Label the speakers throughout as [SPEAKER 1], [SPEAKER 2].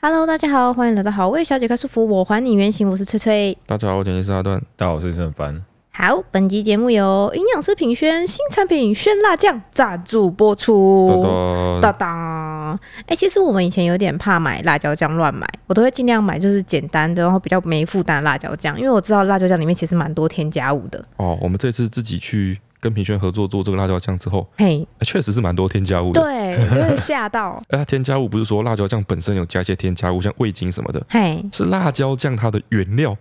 [SPEAKER 1] Hello，大家好，欢迎来到好味小姐开束缚，我还你原形，我是翠翠。
[SPEAKER 2] 大家好，我剪辑是阿段。
[SPEAKER 3] 大家好，我是郑凡。
[SPEAKER 1] 好，本集节目由营养师品轩新产品轩辣酱赞助播
[SPEAKER 2] 噔
[SPEAKER 1] 出。
[SPEAKER 2] 噔
[SPEAKER 1] 哒哒，哎、其实我们以前有点怕买辣椒酱乱买，我都会尽量买就是简单的，然后比较没负担的辣椒酱，因为我知道辣椒酱里面其实蛮多添加物的。
[SPEAKER 2] 哦，我们这次自己去跟品轩合作做这个辣椒酱之后，
[SPEAKER 1] 嘿，
[SPEAKER 2] 哎确、实是蛮多添加物的。
[SPEAKER 1] 对， 有点吓到。
[SPEAKER 2] 哎，它添加物不是说辣椒酱本身有加一些添加物，像味精什么的，
[SPEAKER 1] 嘿，
[SPEAKER 2] 是辣椒酱它的原料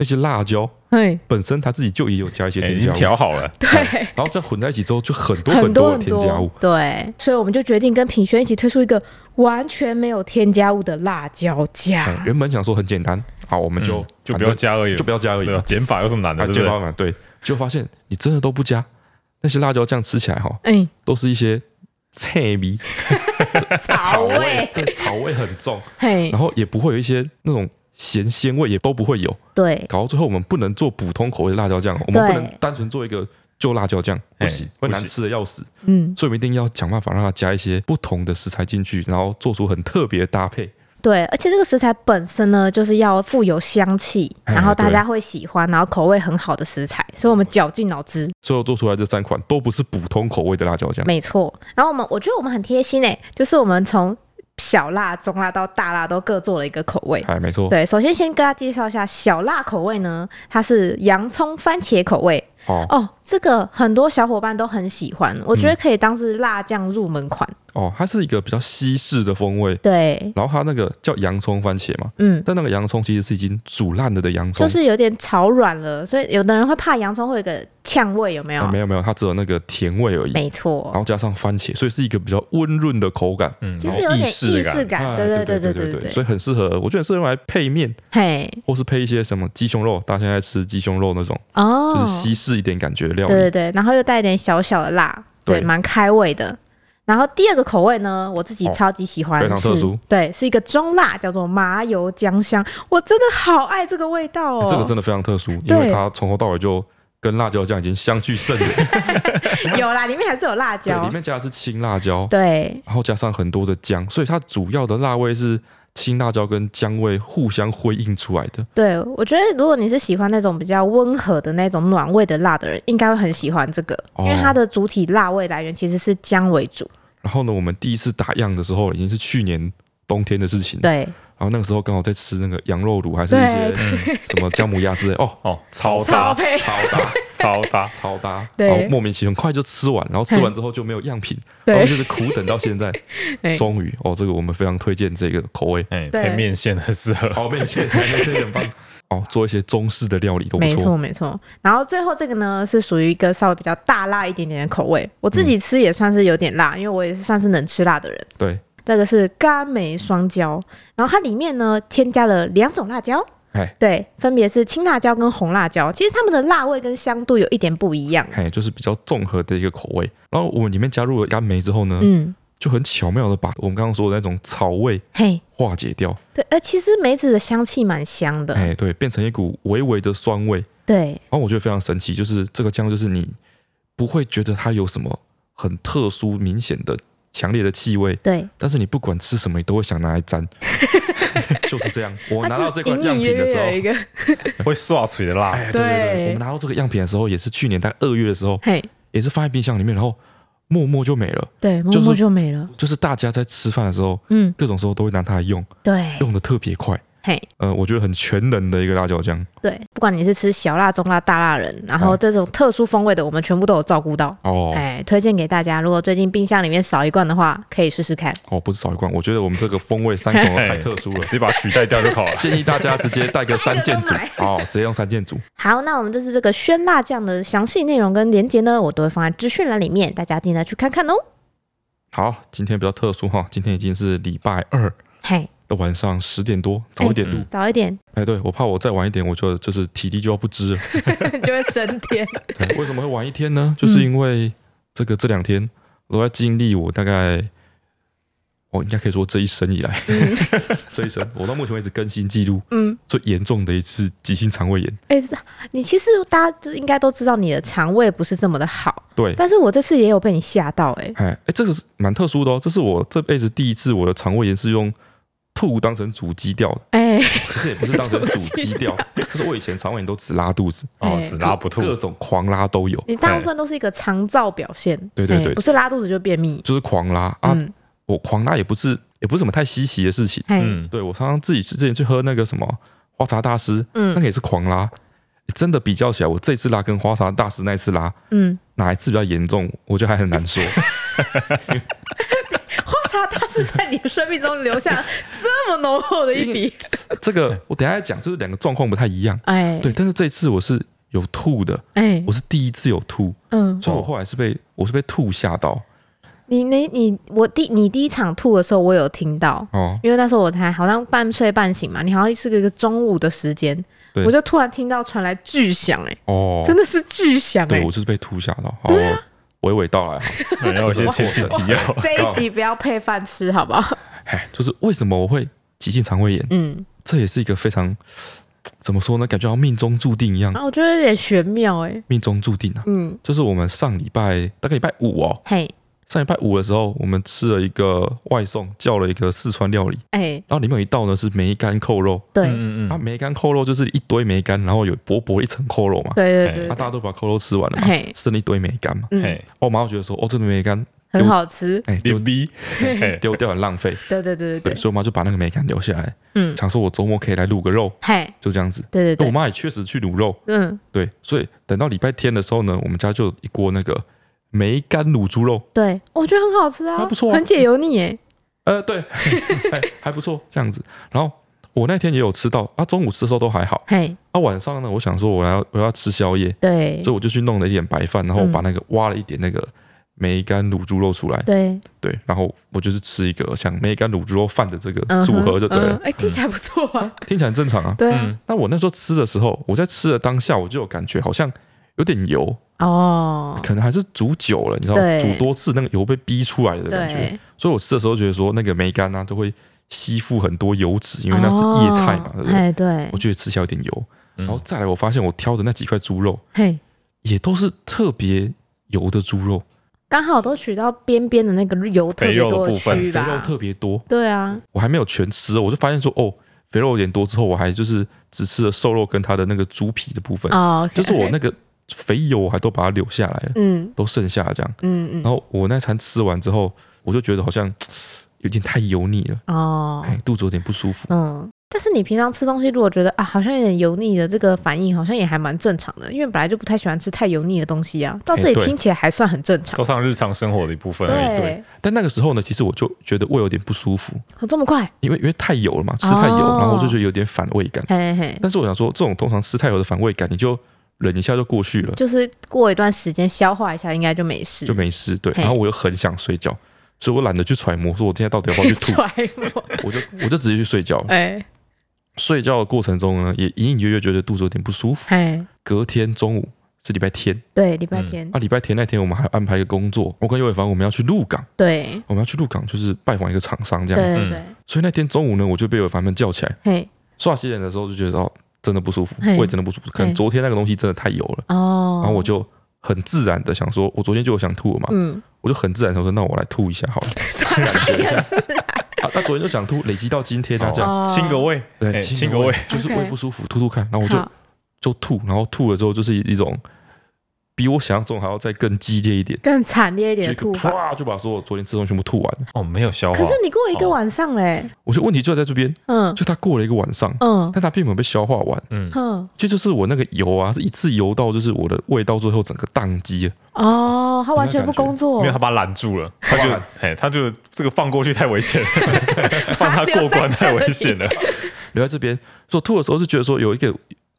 [SPEAKER 2] 那些辣椒
[SPEAKER 1] 嘿，
[SPEAKER 2] 本身它自己就也有加一些
[SPEAKER 3] 哎
[SPEAKER 2] 添
[SPEAKER 3] 已
[SPEAKER 2] 加
[SPEAKER 3] 经
[SPEAKER 2] 物，
[SPEAKER 3] 调好 了，
[SPEAKER 1] 对。
[SPEAKER 2] 然后再混在一起之后，就很哎多
[SPEAKER 1] 很
[SPEAKER 2] 多
[SPEAKER 1] 多
[SPEAKER 2] 的添加物。
[SPEAKER 1] 对，所以我们就决定跟品轩一起推出一个完全没有添加物的辣椒酱。
[SPEAKER 2] 哎、原本想说很简单，好，我们就、
[SPEAKER 3] 嗯就
[SPEAKER 2] 反
[SPEAKER 3] 不
[SPEAKER 2] 正
[SPEAKER 3] 要加而已，
[SPEAKER 2] 就不要加而已
[SPEAKER 3] 对吧
[SPEAKER 2] 嘛，？
[SPEAKER 3] 减法有什么难的？
[SPEAKER 2] 啊，
[SPEAKER 3] 对
[SPEAKER 2] 就
[SPEAKER 3] 不
[SPEAKER 2] 老
[SPEAKER 3] 对？
[SPEAKER 2] 板对，就发现你真的都不加，那些辣椒酱吃起来哈，
[SPEAKER 1] 哎、
[SPEAKER 2] 都是一些菜味，
[SPEAKER 1] 草味，
[SPEAKER 2] 对，草味很重。
[SPEAKER 1] 嘿
[SPEAKER 2] 然，后也不会有一些那种咸鲜味，也都不会有。
[SPEAKER 1] 对，
[SPEAKER 2] 搞到最后，我们不能做普通口味的辣椒酱，哦我们
[SPEAKER 1] 对
[SPEAKER 2] 不能单纯做一个就辣椒酱，不
[SPEAKER 3] 哎
[SPEAKER 2] 行，
[SPEAKER 3] 不
[SPEAKER 2] 会
[SPEAKER 3] 行
[SPEAKER 2] 难吃的要死。
[SPEAKER 1] 嗯，
[SPEAKER 2] 所以我们一定要想办法让它加一些不同的食材进去，然后做出很特别的搭配。
[SPEAKER 1] 对，而且这个食材本身呢，就是要富有香气，
[SPEAKER 2] 哎
[SPEAKER 1] 然后大家会喜欢，然后口味很好的食材，所以我们绞尽脑汁，
[SPEAKER 2] 最后做出来这三款都不是普通口味的辣椒酱，
[SPEAKER 1] 没错。然后我们，我觉得我们很贴心诶、就是我们从小辣、中辣到大辣都各做了一个口味。
[SPEAKER 2] 哎，没错，
[SPEAKER 1] 对，首先先跟大家介绍一下小辣口味呢，它是洋葱番茄口味，
[SPEAKER 2] 哦
[SPEAKER 1] 哦，这个很多小伙伴都很喜欢，我
[SPEAKER 2] 嗯
[SPEAKER 1] 觉得可以当是辣酱入门款。
[SPEAKER 2] 哦，它是一个比较西式的风味。
[SPEAKER 1] 对，
[SPEAKER 2] 然后它那个叫洋葱番茄嘛，
[SPEAKER 1] 嗯，
[SPEAKER 2] 但那个洋葱其实是已经煮烂了的洋葱，
[SPEAKER 1] 就是有点炒软了，所以有的人会怕洋葱会有个呛味，有没有？
[SPEAKER 2] 哎没有没哦有，它只有那个甜味而已。
[SPEAKER 1] 没
[SPEAKER 2] 然
[SPEAKER 1] 错，
[SPEAKER 2] 后加上番茄，所以是一个比较温润的口感。
[SPEAKER 3] 嗯，
[SPEAKER 1] 其实有点
[SPEAKER 3] 式
[SPEAKER 1] 意
[SPEAKER 3] 感
[SPEAKER 1] 式，感，
[SPEAKER 2] 哎
[SPEAKER 1] 对
[SPEAKER 2] 对
[SPEAKER 1] 对
[SPEAKER 2] 对
[SPEAKER 1] 对对
[SPEAKER 2] 所以很适合，我觉得很适合用来配面，
[SPEAKER 1] 嘿，
[SPEAKER 2] 或是配一些什么鸡胸肉，大家现在吃鸡胸肉那种，就
[SPEAKER 1] 哦
[SPEAKER 2] 是，西式一点感觉的料
[SPEAKER 1] 对对
[SPEAKER 2] 理。
[SPEAKER 1] 对，然后又带一点小小的辣，对，
[SPEAKER 2] 对
[SPEAKER 1] 蛮开胃的。然后第二个口味呢，我自己
[SPEAKER 2] 哦
[SPEAKER 1] 超级喜欢
[SPEAKER 2] 非常
[SPEAKER 1] 是，
[SPEAKER 2] 特殊
[SPEAKER 1] 对，是一个中辣，叫做麻油姜香，我真的好爱这个味道哦，
[SPEAKER 2] 哎这个真的非常特殊，因
[SPEAKER 1] 对
[SPEAKER 2] 为它从头到尾就跟辣椒酱已经相去甚远。
[SPEAKER 1] 有啦，里面还是有辣
[SPEAKER 2] 对，
[SPEAKER 1] 椒
[SPEAKER 2] 里，面加的是青辣椒，
[SPEAKER 1] 对，
[SPEAKER 2] 然后加上很多的姜，所以它主要的辣味是青辣椒跟姜味互相辉映出来的。
[SPEAKER 1] 对，我觉得如果你是喜欢那种比较温和的那种暖胃的辣的人，应该会很喜欢这个，因为
[SPEAKER 2] 哦嗯
[SPEAKER 1] 它的主体辣味来源其实是姜为主。
[SPEAKER 2] 然后呢，我们第一次打样的时候已经是去年冬天的事情，然
[SPEAKER 1] 对，
[SPEAKER 2] 后那个时候刚好在吃那个羊肉卤，还是一些什么姜母鸭之类， 哦，
[SPEAKER 3] 哦，超
[SPEAKER 1] 超
[SPEAKER 3] 搭，
[SPEAKER 1] 配
[SPEAKER 2] 超搭。
[SPEAKER 3] 超 搭，
[SPEAKER 2] 超搭，
[SPEAKER 1] 对
[SPEAKER 2] 然后莫名其妙很快就吃完，然后吃完之后就没有样品， 然后就是苦等到现在
[SPEAKER 1] 对，
[SPEAKER 2] 终于哦，这个我们非常推荐这个口味，
[SPEAKER 3] 哎，
[SPEAKER 1] 对
[SPEAKER 3] 配面线很适合，
[SPEAKER 2] 好面线，面线很棒， 哦，做一些中式的料理都不
[SPEAKER 1] 没
[SPEAKER 2] 错，
[SPEAKER 1] 错没错。然后最后这个呢，是属于一个稍微比较大辣一点点的口味，我自
[SPEAKER 2] 嗯
[SPEAKER 1] 己吃也算是有点辣，因为我也是算是能吃辣的人。
[SPEAKER 2] 对，
[SPEAKER 1] 这个是甘梅双椒，然后它里面呢添加了两种辣椒
[SPEAKER 2] 哎，
[SPEAKER 1] 对，分别是青辣椒跟红辣椒。其实它们的辣味跟香度有一点不一样。啊
[SPEAKER 2] 哎，就是比较综合的一个口味。然后我们里面加入了甘梅之后呢，
[SPEAKER 1] 嗯，
[SPEAKER 2] 就很巧妙的把我们刚刚说的那种草味
[SPEAKER 1] 嘿，
[SPEAKER 2] 化解掉，
[SPEAKER 1] 对，呃，其实梅子的香气蛮香的，
[SPEAKER 2] 哎，对，变成一股微微的酸味。
[SPEAKER 1] 对，
[SPEAKER 2] 然后我觉得非常神奇，就是这个酱，就是你不会觉得它有什么很特殊、明显的、强烈的气味，
[SPEAKER 1] 对，
[SPEAKER 2] 但是你不管吃什么，你都会想拿来沾， 就是这样。我拿到这款样品的时候，
[SPEAKER 1] 有一个，
[SPEAKER 3] 会刷嘴的辣，
[SPEAKER 2] 哎，对对
[SPEAKER 1] 对
[SPEAKER 2] 对，我们拿到这个样品的时候，也是去年在二月的时候，
[SPEAKER 1] 嘿，
[SPEAKER 2] 也是放在冰箱里面，然后默默就没了。
[SPEAKER 1] 对，默
[SPEAKER 2] 就是
[SPEAKER 1] 默就没了，
[SPEAKER 2] 就是大家在吃饭的时候，
[SPEAKER 1] 嗯，
[SPEAKER 2] 各种时候都会拿它来用，
[SPEAKER 1] 对，
[SPEAKER 2] 用的特别快。
[SPEAKER 1] 嘿，
[SPEAKER 2] 呃，我觉得很全能的一个辣椒酱
[SPEAKER 1] 对，不管你是吃小辣、中辣、大辣人，然后
[SPEAKER 2] 哎
[SPEAKER 1] 这种特殊风味的，我们全部都有照顾到，
[SPEAKER 2] 哦
[SPEAKER 1] 哎，推荐给大家。如果最近冰箱里面少一罐的话，可以试试看。
[SPEAKER 2] 哦，不是少一罐，我觉得我们这个风味三种都
[SPEAKER 3] 哎
[SPEAKER 2] 太特殊了。
[SPEAKER 3] 直，接把取代掉就好 了
[SPEAKER 2] 建议大家直接带个三件组
[SPEAKER 1] 三个
[SPEAKER 2] 哦，直接用三件组。
[SPEAKER 1] 好，那我们这次这个宣辣酱的详细内容跟连接呢，我都会放在资讯栏里面，大家记得去看看哦。
[SPEAKER 2] 好，今天比较特殊哈，今天已经是礼拜二
[SPEAKER 1] 嘿，
[SPEAKER 2] 的晚上十点多，早一点录
[SPEAKER 3] 嗯。
[SPEAKER 1] 早一点
[SPEAKER 2] 哎，对，我怕我再晚一点，我就就是体力就要不支了。
[SPEAKER 1] 就会升天。
[SPEAKER 2] 对，为什么会晚一天呢？就是因为这个这两天我都在经历我大概我哦应该可以说这一生以来， 这一生我到目前为止更新记录
[SPEAKER 1] 嗯，
[SPEAKER 2] 最严重的一次急性肠胃炎。
[SPEAKER 1] 哎、是你其实大家就应该都知道你的肠胃不是这么的好，
[SPEAKER 2] 对，
[SPEAKER 1] 但是我这次也有被你吓到、哎，
[SPEAKER 2] 哎哎，这个是蛮特殊的哦，这是我这辈子第一次我的肠胃炎是用吐当成主基调的，
[SPEAKER 1] 哎、
[SPEAKER 2] 其实也不是当成主基 调，就是我以前肠胃炎都只拉肚子，
[SPEAKER 3] 哦
[SPEAKER 1] 哎，
[SPEAKER 3] 只拉不吐，
[SPEAKER 2] 各种狂拉都有，
[SPEAKER 1] 你大部分都是一个肠燥表现，
[SPEAKER 2] 哎对对
[SPEAKER 1] 哎
[SPEAKER 2] 对
[SPEAKER 1] 不是拉肚子就便秘，
[SPEAKER 2] 就是狂拉啊。
[SPEAKER 1] 嗯，
[SPEAKER 2] 我狂拉也不是也不是什么太稀奇的事情，
[SPEAKER 1] 哎、
[SPEAKER 3] 嗯，
[SPEAKER 2] 对我常常自己之前去喝那个什么花茶大师，
[SPEAKER 1] 嗯
[SPEAKER 2] 那个也是狂拉。真的比较起来，我这次拉跟花茶大师那次拉，
[SPEAKER 1] 嗯，
[SPEAKER 2] 哪一次比较严重，我觉得还很 难说。
[SPEAKER 1] 花茶大师在你的生命中留下这么浓厚的一 笔，
[SPEAKER 2] 这个我等一下再讲，就是两个状况不太一样。
[SPEAKER 1] 哎，
[SPEAKER 2] 对，，但是这一次我是有吐的，
[SPEAKER 1] 哎
[SPEAKER 2] 我，是第一次有吐，
[SPEAKER 1] 嗯，
[SPEAKER 2] 所以我后来是被我是被吐吓到
[SPEAKER 1] 你你你，我第你第一场吐的时候，我有听到。
[SPEAKER 2] 哦。
[SPEAKER 1] 因为那时候我才好像半睡半醒嘛，你好像是个中午的时间，
[SPEAKER 2] 对
[SPEAKER 1] 我就突然听到传来巨响、哎、
[SPEAKER 2] 哦，
[SPEAKER 1] 真的是巨响、哎
[SPEAKER 2] 对，我就是被吐吓到。好，
[SPEAKER 1] 啊
[SPEAKER 2] 我娓娓道 来哈。啊
[SPEAKER 3] 然后有一些前情提要，
[SPEAKER 1] 这一集不要配饭吃，好不好？
[SPEAKER 2] 哎，就是为什么我会急性肠胃炎，
[SPEAKER 1] 嗯，
[SPEAKER 2] 这也是一个非常怎么说呢？感觉好像命中注定一样
[SPEAKER 1] 然，后啊我觉得有点玄妙哎、
[SPEAKER 2] 命中注定啊。
[SPEAKER 1] 嗯，
[SPEAKER 2] 就是我们上礼拜大概礼拜五哦，
[SPEAKER 1] 嘿，
[SPEAKER 2] 上礼拜五的时候，我们吃了一个外送，叫了一个四川料理，
[SPEAKER 1] 哎、
[SPEAKER 2] 然后里面有一道呢是梅干扣肉，
[SPEAKER 1] 对、
[SPEAKER 3] 嗯嗯
[SPEAKER 2] 啊，
[SPEAKER 3] 嗯，
[SPEAKER 2] 梅干扣肉就是一堆梅干，然后有薄薄一层扣肉嘛，
[SPEAKER 1] 对对
[SPEAKER 2] 啊，
[SPEAKER 1] 对
[SPEAKER 2] 大
[SPEAKER 1] 对，
[SPEAKER 2] 家都把扣肉吃完了嘛
[SPEAKER 1] 嘿，
[SPEAKER 2] 剩了一堆梅干嘛，
[SPEAKER 1] 嗯，
[SPEAKER 3] 嘿，
[SPEAKER 2] 哦我妈就觉得说，哦，这个梅干，
[SPEAKER 1] 很好吃，
[SPEAKER 2] 哎，丢
[SPEAKER 3] 牛逼，嘿
[SPEAKER 2] 丢掉很浪费，
[SPEAKER 1] 对对对对
[SPEAKER 2] 对，
[SPEAKER 1] 对，
[SPEAKER 2] 所以我妈就把那个梅干留下来，
[SPEAKER 1] 嗯，
[SPEAKER 2] 想说我周末可以来卤个肉，
[SPEAKER 1] 嘿，
[SPEAKER 2] 就这样子。
[SPEAKER 1] 对对
[SPEAKER 2] 那
[SPEAKER 1] 对，
[SPEAKER 2] 我妈也确实去卤肉，
[SPEAKER 1] 嗯，
[SPEAKER 2] 对，所以等到礼拜天的时候呢，我们家就有一锅那个梅干卤猪肉，
[SPEAKER 1] 对，我觉得很好吃啊，
[SPEAKER 2] 还不错啊
[SPEAKER 1] 很解油腻哎、
[SPEAKER 2] 呃，对， 还还不错，这样子。然后我那天也有吃到啊，中午吃的时候都还好
[SPEAKER 1] 嘿，
[SPEAKER 2] 啊，晚上呢，我想说我要我要吃宵夜，
[SPEAKER 1] 对
[SPEAKER 2] 所以我就去弄了一点白饭，然后
[SPEAKER 1] 嗯
[SPEAKER 2] 把那个挖了一点那个梅干卤猪肉出来，
[SPEAKER 1] 对，
[SPEAKER 2] 对，然后我就是吃一个像梅干卤猪肉饭的这个
[SPEAKER 1] 嗯哼，
[SPEAKER 2] 组合就对
[SPEAKER 1] 嗯
[SPEAKER 2] 了，
[SPEAKER 1] 哎、听起来不错啊，
[SPEAKER 2] 听起来很正常啊。
[SPEAKER 1] 对啊，
[SPEAKER 3] 嗯，
[SPEAKER 2] 那我那时候吃的时候，我在吃的当下，我就有感觉好像有点油，
[SPEAKER 1] 哦，
[SPEAKER 2] 可能还是煮久了，你知道，
[SPEAKER 1] 对
[SPEAKER 2] 煮多次那个油被逼出来的感觉。
[SPEAKER 1] 对，
[SPEAKER 2] 所以我吃的时候觉得说，那个梅干呢、啊、都会吸附很多油脂，因为那是叶菜嘛，对
[SPEAKER 1] 哦
[SPEAKER 2] 不对？
[SPEAKER 1] 哎对
[SPEAKER 2] 我，觉得吃起来有点油。
[SPEAKER 3] 然
[SPEAKER 2] 然后再来，我发现我挑的那几块猪肉
[SPEAKER 1] 嘿，
[SPEAKER 2] 也都是特别油的猪肉，
[SPEAKER 1] 刚好都取到边边的那个油特
[SPEAKER 3] 肥
[SPEAKER 1] 别
[SPEAKER 3] 肉的
[SPEAKER 1] 多
[SPEAKER 3] 部
[SPEAKER 1] 区
[SPEAKER 3] 分
[SPEAKER 2] 肥肉
[SPEAKER 1] 吧，
[SPEAKER 2] 特别多。
[SPEAKER 1] 对啊，
[SPEAKER 2] 我还没有全吃哦，我就发现说，哦，肥肉有点多之后，我还就是只吃了瘦肉跟它的那个猪皮的部分，
[SPEAKER 1] 哦，
[SPEAKER 2] 就是我那个肥油我还都把它留下来了，
[SPEAKER 1] 嗯
[SPEAKER 2] 都剩下了这样。
[SPEAKER 1] 嗯嗯，
[SPEAKER 2] 然后我那餐吃完之后，我就觉得好像有点太油腻了，
[SPEAKER 1] 哦，
[SPEAKER 2] 哎，肚子有点不舒服。
[SPEAKER 1] 嗯，但是你平常吃东西，如果觉得啊好像有点油腻的，这个反应好像也还蛮正常的，因为本来就不太喜欢吃太油腻的东西啊。到这
[SPEAKER 2] 哎
[SPEAKER 1] 里
[SPEAKER 2] 对
[SPEAKER 1] 听起来还算很正常
[SPEAKER 3] 都。上日常生活的一部分而已，
[SPEAKER 1] 对，
[SPEAKER 2] 但那个时候呢，其实我就觉得胃有点不舒服，
[SPEAKER 1] 我这么快，
[SPEAKER 2] 因为因为太油了嘛，吃太油，
[SPEAKER 1] 哦
[SPEAKER 2] 然后我就觉得有点反胃感。
[SPEAKER 1] 嘿嘿嘿，
[SPEAKER 2] 但是我想说，这种通常吃太油的反胃感，你就忍一下就过去了，
[SPEAKER 1] 就是过一段时间消化一下，应该就没事。
[SPEAKER 2] 就没事。对，
[SPEAKER 1] 嘿
[SPEAKER 2] 然后我又很想睡觉，所以我懒得去揣摩，说我今天到底要不要去吐，
[SPEAKER 1] 揣 摩，
[SPEAKER 2] 我就我就直接去睡觉。
[SPEAKER 1] 哎
[SPEAKER 2] 睡觉的过程中呢，也隐隐约约觉得肚子有点不舒服。
[SPEAKER 1] 哎，
[SPEAKER 2] 隔天中午是礼拜天
[SPEAKER 1] 对，礼拜天，
[SPEAKER 2] 啊，礼拜天那天我们还安排一个工作，我跟尤伟凡我们要去鹿港，
[SPEAKER 1] 对
[SPEAKER 2] 我们要去鹿港就是拜访一个厂商这
[SPEAKER 1] 对
[SPEAKER 2] 样子。
[SPEAKER 1] 对
[SPEAKER 3] 嗯
[SPEAKER 1] 对，
[SPEAKER 2] 所以那天中午呢，我就被尤伟凡们叫起来，
[SPEAKER 1] 嘿，
[SPEAKER 2] 刷洗脸的时候就觉得哦，真的不舒服，
[SPEAKER 1] 嘿
[SPEAKER 2] 胃真的不舒服，可能昨天那个东西真的太油了，
[SPEAKER 1] 哦，
[SPEAKER 2] 然后我就很自然的想说，我昨天就有想吐了嘛，
[SPEAKER 1] 嗯，
[SPEAKER 2] 我就很自然地说，那我来吐一下好了，
[SPEAKER 1] 啥感觉是
[SPEAKER 2] 啊，那昨天就想吐，累积到今天啊，
[SPEAKER 3] 哦
[SPEAKER 2] 这样，
[SPEAKER 3] 清个胃，
[SPEAKER 2] 对，
[SPEAKER 3] 哎
[SPEAKER 2] 亲
[SPEAKER 3] 亲个胃，
[SPEAKER 2] 就是胃
[SPEAKER 1] OK
[SPEAKER 2] 不舒服，吐吐看，然后我就
[SPEAKER 1] 好
[SPEAKER 2] 就吐，然后吐了之后就是一种比我想象中还要再更激烈一点，
[SPEAKER 1] 更惨烈一点
[SPEAKER 2] 就
[SPEAKER 1] 的
[SPEAKER 2] 一个
[SPEAKER 1] 吐法。
[SPEAKER 2] 啪就把所有昨天吃的东西全部吐完了，
[SPEAKER 3] 哦，没有消化
[SPEAKER 1] 可，是你过一个
[SPEAKER 3] 哦
[SPEAKER 1] 晚上嘞，
[SPEAKER 2] 我觉得问题就在这边，
[SPEAKER 1] 嗯
[SPEAKER 2] 就它过了一个晚上，
[SPEAKER 1] 嗯
[SPEAKER 2] 但它并没有被消化完。
[SPEAKER 3] 嗯，
[SPEAKER 1] 嗯。
[SPEAKER 2] 这就是我那个油啊，是一次油到就是我的胃到最后整个宕机啊了，
[SPEAKER 1] 哦，他完全不工作
[SPEAKER 3] 因为，他把它拦住了，
[SPEAKER 2] 他
[SPEAKER 3] 他
[SPEAKER 2] 把
[SPEAKER 3] 就
[SPEAKER 2] 它
[SPEAKER 3] 嘿，他就这个放过去太危 险了，放他过关太危险了，
[SPEAKER 2] 留在这边。所以我吐的时候是觉得说有一个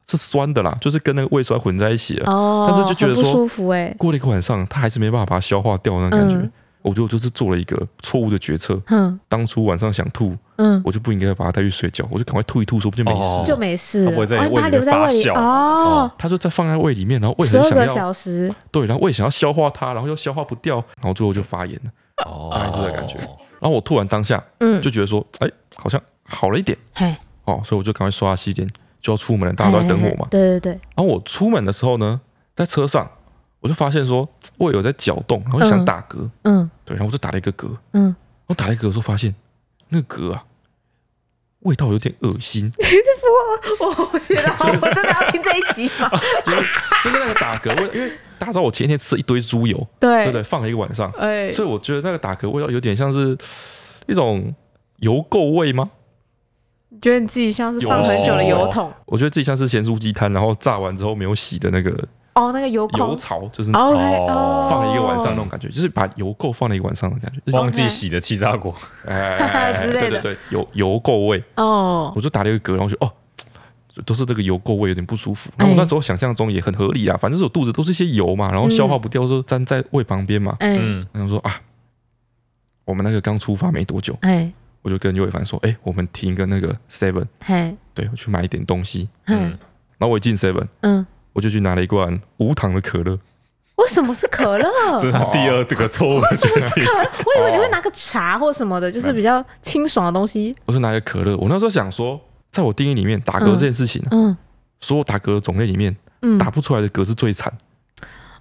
[SPEAKER 2] 是酸的啦，就是跟那个胃酸混在一起了。
[SPEAKER 1] 哦，
[SPEAKER 2] 但是就觉得
[SPEAKER 1] 很不
[SPEAKER 2] 说
[SPEAKER 1] 舒服哎，
[SPEAKER 2] 过了一个晚上，它还是没办法把它消化掉那感觉。
[SPEAKER 1] 嗯
[SPEAKER 2] 我觉得我就是做了一个错误的决策，
[SPEAKER 1] 哼
[SPEAKER 2] 当初晚上想吐，
[SPEAKER 1] 嗯，
[SPEAKER 2] 我就不应该把它带去睡觉，我就赶快吐一吐，说不定没
[SPEAKER 3] 哦
[SPEAKER 2] 事。
[SPEAKER 1] 就没事了，
[SPEAKER 3] 它不会在你
[SPEAKER 1] 哦
[SPEAKER 3] 胃
[SPEAKER 1] 把它
[SPEAKER 3] 里面
[SPEAKER 1] 留在
[SPEAKER 3] 发
[SPEAKER 1] 胃里
[SPEAKER 3] 酵
[SPEAKER 1] 哦，
[SPEAKER 2] 它就再放在胃里面，然后胃
[SPEAKER 1] 十
[SPEAKER 2] 很
[SPEAKER 1] 二
[SPEAKER 2] 想
[SPEAKER 1] 个
[SPEAKER 2] 要，
[SPEAKER 1] 小时，
[SPEAKER 2] 对，然后胃想要消化它，然后又消化不掉，然后最后就发炎了，
[SPEAKER 3] 哦
[SPEAKER 2] 大概是这个感觉。然后我突然当下
[SPEAKER 1] 嗯，
[SPEAKER 2] 就觉得说，哎、好像好了一点
[SPEAKER 1] 嘿，
[SPEAKER 2] 哦，所以我就赶快刷牙洗脸，就要出门了，大家都在等我嘛
[SPEAKER 1] 嘿嘿嘿。对对对，
[SPEAKER 2] 然后我出门的时候呢，在车上我就发现说我有在搅动，然后就想打嗝，
[SPEAKER 1] 嗯
[SPEAKER 2] 对，然后我就打了一个嗝，
[SPEAKER 1] 嗯，
[SPEAKER 2] 我打了一个嗝的时候发现那个嗝啊味道有点恶 心，
[SPEAKER 1] 哦我我觉 得我真的要听这一集吗？
[SPEAKER 2] 就是那个打嗝味，因为大家知道我前一天吃了一堆猪油，对不
[SPEAKER 1] 对，
[SPEAKER 2] 对？放了一个晚上，
[SPEAKER 1] 哎，
[SPEAKER 2] 所以我觉得那个打嗝味道有点像是一种油垢味吗？
[SPEAKER 1] 你觉得你自己像是
[SPEAKER 2] 有
[SPEAKER 1] 放很久的油
[SPEAKER 2] 哦
[SPEAKER 1] 桶
[SPEAKER 2] 我觉得自己像是咸酥鸡摊，然后炸完之后没有洗的那个
[SPEAKER 1] 哦，那个油
[SPEAKER 2] 油
[SPEAKER 1] 孔
[SPEAKER 2] 槽，就是
[SPEAKER 1] 哦
[SPEAKER 3] 哦
[SPEAKER 2] 放了一个晚上那种感觉，就是把油垢放了一个晚上的感觉，就是
[SPEAKER 3] 忘记
[SPEAKER 1] OK
[SPEAKER 3] 洗的气炸锅，
[SPEAKER 2] 哎，
[SPEAKER 1] 之类
[SPEAKER 2] 对
[SPEAKER 1] 的
[SPEAKER 2] 对对，油油垢味，
[SPEAKER 1] 哦，
[SPEAKER 2] 我就打了一个嗝，然后就哦，都是这个油垢味有点不舒服。然后
[SPEAKER 1] 哎
[SPEAKER 2] 我那时候想象中也很合理啊，反正是我肚子都是一些油嘛，然后消化不掉，就粘在胃旁边嘛。
[SPEAKER 1] 哎
[SPEAKER 3] 嗯，
[SPEAKER 2] 然后说啊，我们那个刚出发没多久，
[SPEAKER 1] 哎
[SPEAKER 2] 我就跟尤伟凡说，哎，我们停一个那个 Seven，
[SPEAKER 1] 嘿，
[SPEAKER 2] 对我去买一点东西。
[SPEAKER 1] 嗯
[SPEAKER 3] 嗯
[SPEAKER 2] 然后我一进 Seven，
[SPEAKER 1] 嗯，
[SPEAKER 2] 我就去拿了一罐无糖的可乐，
[SPEAKER 1] 为什么是可乐？
[SPEAKER 3] 这是他第二这个错误，觉得自己
[SPEAKER 1] 可乐，我以为你会拿个茶或什么的，就是比较清爽的东西。
[SPEAKER 2] 我就拿了可乐。我那时候想说，在我定义里面，打嗝这件事情啊，
[SPEAKER 1] 嗯
[SPEAKER 2] 所有打嗝的种类里面，
[SPEAKER 1] 嗯，
[SPEAKER 2] 打不出来的嗝是最惨。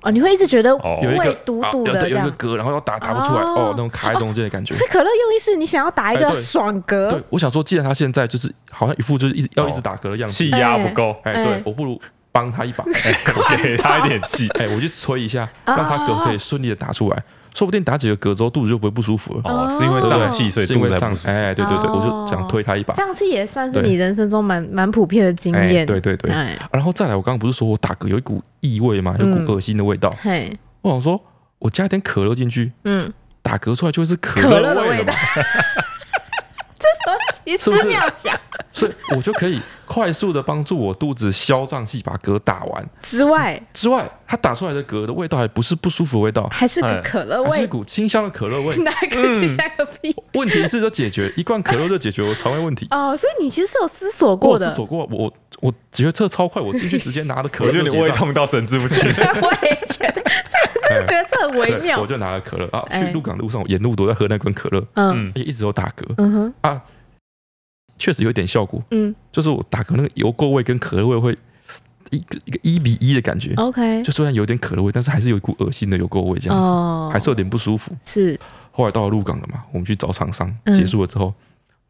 [SPEAKER 1] 哦，你会一直觉得
[SPEAKER 3] 哦
[SPEAKER 2] 有一
[SPEAKER 1] 胃
[SPEAKER 2] 个
[SPEAKER 1] 堵
[SPEAKER 2] 啊
[SPEAKER 1] 堵
[SPEAKER 2] 有
[SPEAKER 1] 的
[SPEAKER 2] 对
[SPEAKER 1] 这
[SPEAKER 2] 有一
[SPEAKER 1] 样
[SPEAKER 2] 个。嗝，然后要打打不出来，
[SPEAKER 1] 哦
[SPEAKER 2] 哦，那种卡在中间的 感觉。
[SPEAKER 1] 所以可乐用意是你想要打一
[SPEAKER 2] 哎
[SPEAKER 1] 个
[SPEAKER 2] 对
[SPEAKER 1] 爽嗝
[SPEAKER 2] 对，，我想说，既然他现在就是好像一副就是一直要
[SPEAKER 3] 哦
[SPEAKER 2] 一直打嗝的样子，
[SPEAKER 3] 气压不够，
[SPEAKER 2] 哎，
[SPEAKER 1] 哎
[SPEAKER 2] 对，我不如帮他 一把，
[SPEAKER 3] 给他一点气。
[SPEAKER 2] 哎，我去吹一下，
[SPEAKER 1] 啊
[SPEAKER 2] 让他嗝可以顺利的打出来，说不定打几个嗝之后肚子就不会不舒服了，
[SPEAKER 3] 哦，是因为胀气，所以
[SPEAKER 2] 是因
[SPEAKER 3] 肚
[SPEAKER 2] 为
[SPEAKER 3] 子还
[SPEAKER 2] 胀
[SPEAKER 3] 不舒，服。
[SPEAKER 2] 哎，对对对，
[SPEAKER 1] 哦
[SPEAKER 2] 我就想推他一把，
[SPEAKER 1] 胀气也算是
[SPEAKER 2] 对
[SPEAKER 1] 你人生中蛮蛮普遍的经
[SPEAKER 2] 哎，
[SPEAKER 1] 验。
[SPEAKER 2] 对对对，
[SPEAKER 1] 哎，
[SPEAKER 2] 然后再来，我刚刚不是说我打嗝有一股异味嘛，有一
[SPEAKER 1] 嗯
[SPEAKER 2] 股恶心的味道，
[SPEAKER 1] 嘿，
[SPEAKER 2] 我想说，我加点可乐进去，
[SPEAKER 1] 嗯，
[SPEAKER 2] 打嗝出来就会是可
[SPEAKER 1] 可乐的
[SPEAKER 2] 味
[SPEAKER 1] 味
[SPEAKER 2] 了
[SPEAKER 1] 道
[SPEAKER 2] 嘛，
[SPEAKER 1] 奇思
[SPEAKER 2] 是不是
[SPEAKER 1] 妙想
[SPEAKER 2] 所以我就可以快速的帮助我肚子消胀气，把嗝打完。
[SPEAKER 1] 之外，
[SPEAKER 2] 之外，它打出来的嗝的味道还不是不舒服的味道，
[SPEAKER 1] 还是个
[SPEAKER 3] 哎
[SPEAKER 1] 可乐
[SPEAKER 2] 还是一
[SPEAKER 1] 呃味，
[SPEAKER 2] 股清香的
[SPEAKER 1] 。
[SPEAKER 2] 可乐味
[SPEAKER 1] 哪个去下个屁？。
[SPEAKER 2] 问题是就解决一罐可乐就解决我肠胃问题
[SPEAKER 1] 哦，所以你其实是有思索
[SPEAKER 2] 我
[SPEAKER 1] 过
[SPEAKER 2] 是
[SPEAKER 1] 的，。
[SPEAKER 2] 走过，我我决策超快，我进去直接拿了可乐
[SPEAKER 3] 我觉
[SPEAKER 2] 就
[SPEAKER 3] 得
[SPEAKER 2] 结
[SPEAKER 3] 你
[SPEAKER 2] 账，
[SPEAKER 3] 胃痛到神志不 清
[SPEAKER 1] 我也觉得，这个觉得这很微
[SPEAKER 2] 对
[SPEAKER 1] 妙
[SPEAKER 2] 我。就拿了可乐啊。
[SPEAKER 1] 哎
[SPEAKER 2] 去鹿港路上，我沿路都在喝那罐可乐，
[SPEAKER 1] 嗯
[SPEAKER 3] 嗯，
[SPEAKER 2] 也一直有打嗝，
[SPEAKER 1] 嗯哼
[SPEAKER 2] 确实有一点效果，
[SPEAKER 1] 嗯
[SPEAKER 2] 就是我打嗝那个油垢味跟可乐味会一个一个一比一的感觉，
[SPEAKER 1] ，OK，
[SPEAKER 2] 就虽然有点可乐味，但是还是有一股恶心的油垢味这样子，
[SPEAKER 1] 哦，
[SPEAKER 2] 还是有点不舒服。
[SPEAKER 1] 是
[SPEAKER 2] 后来到了鹿港了嘛，我们去找厂商，
[SPEAKER 1] 嗯
[SPEAKER 2] 结束了之后，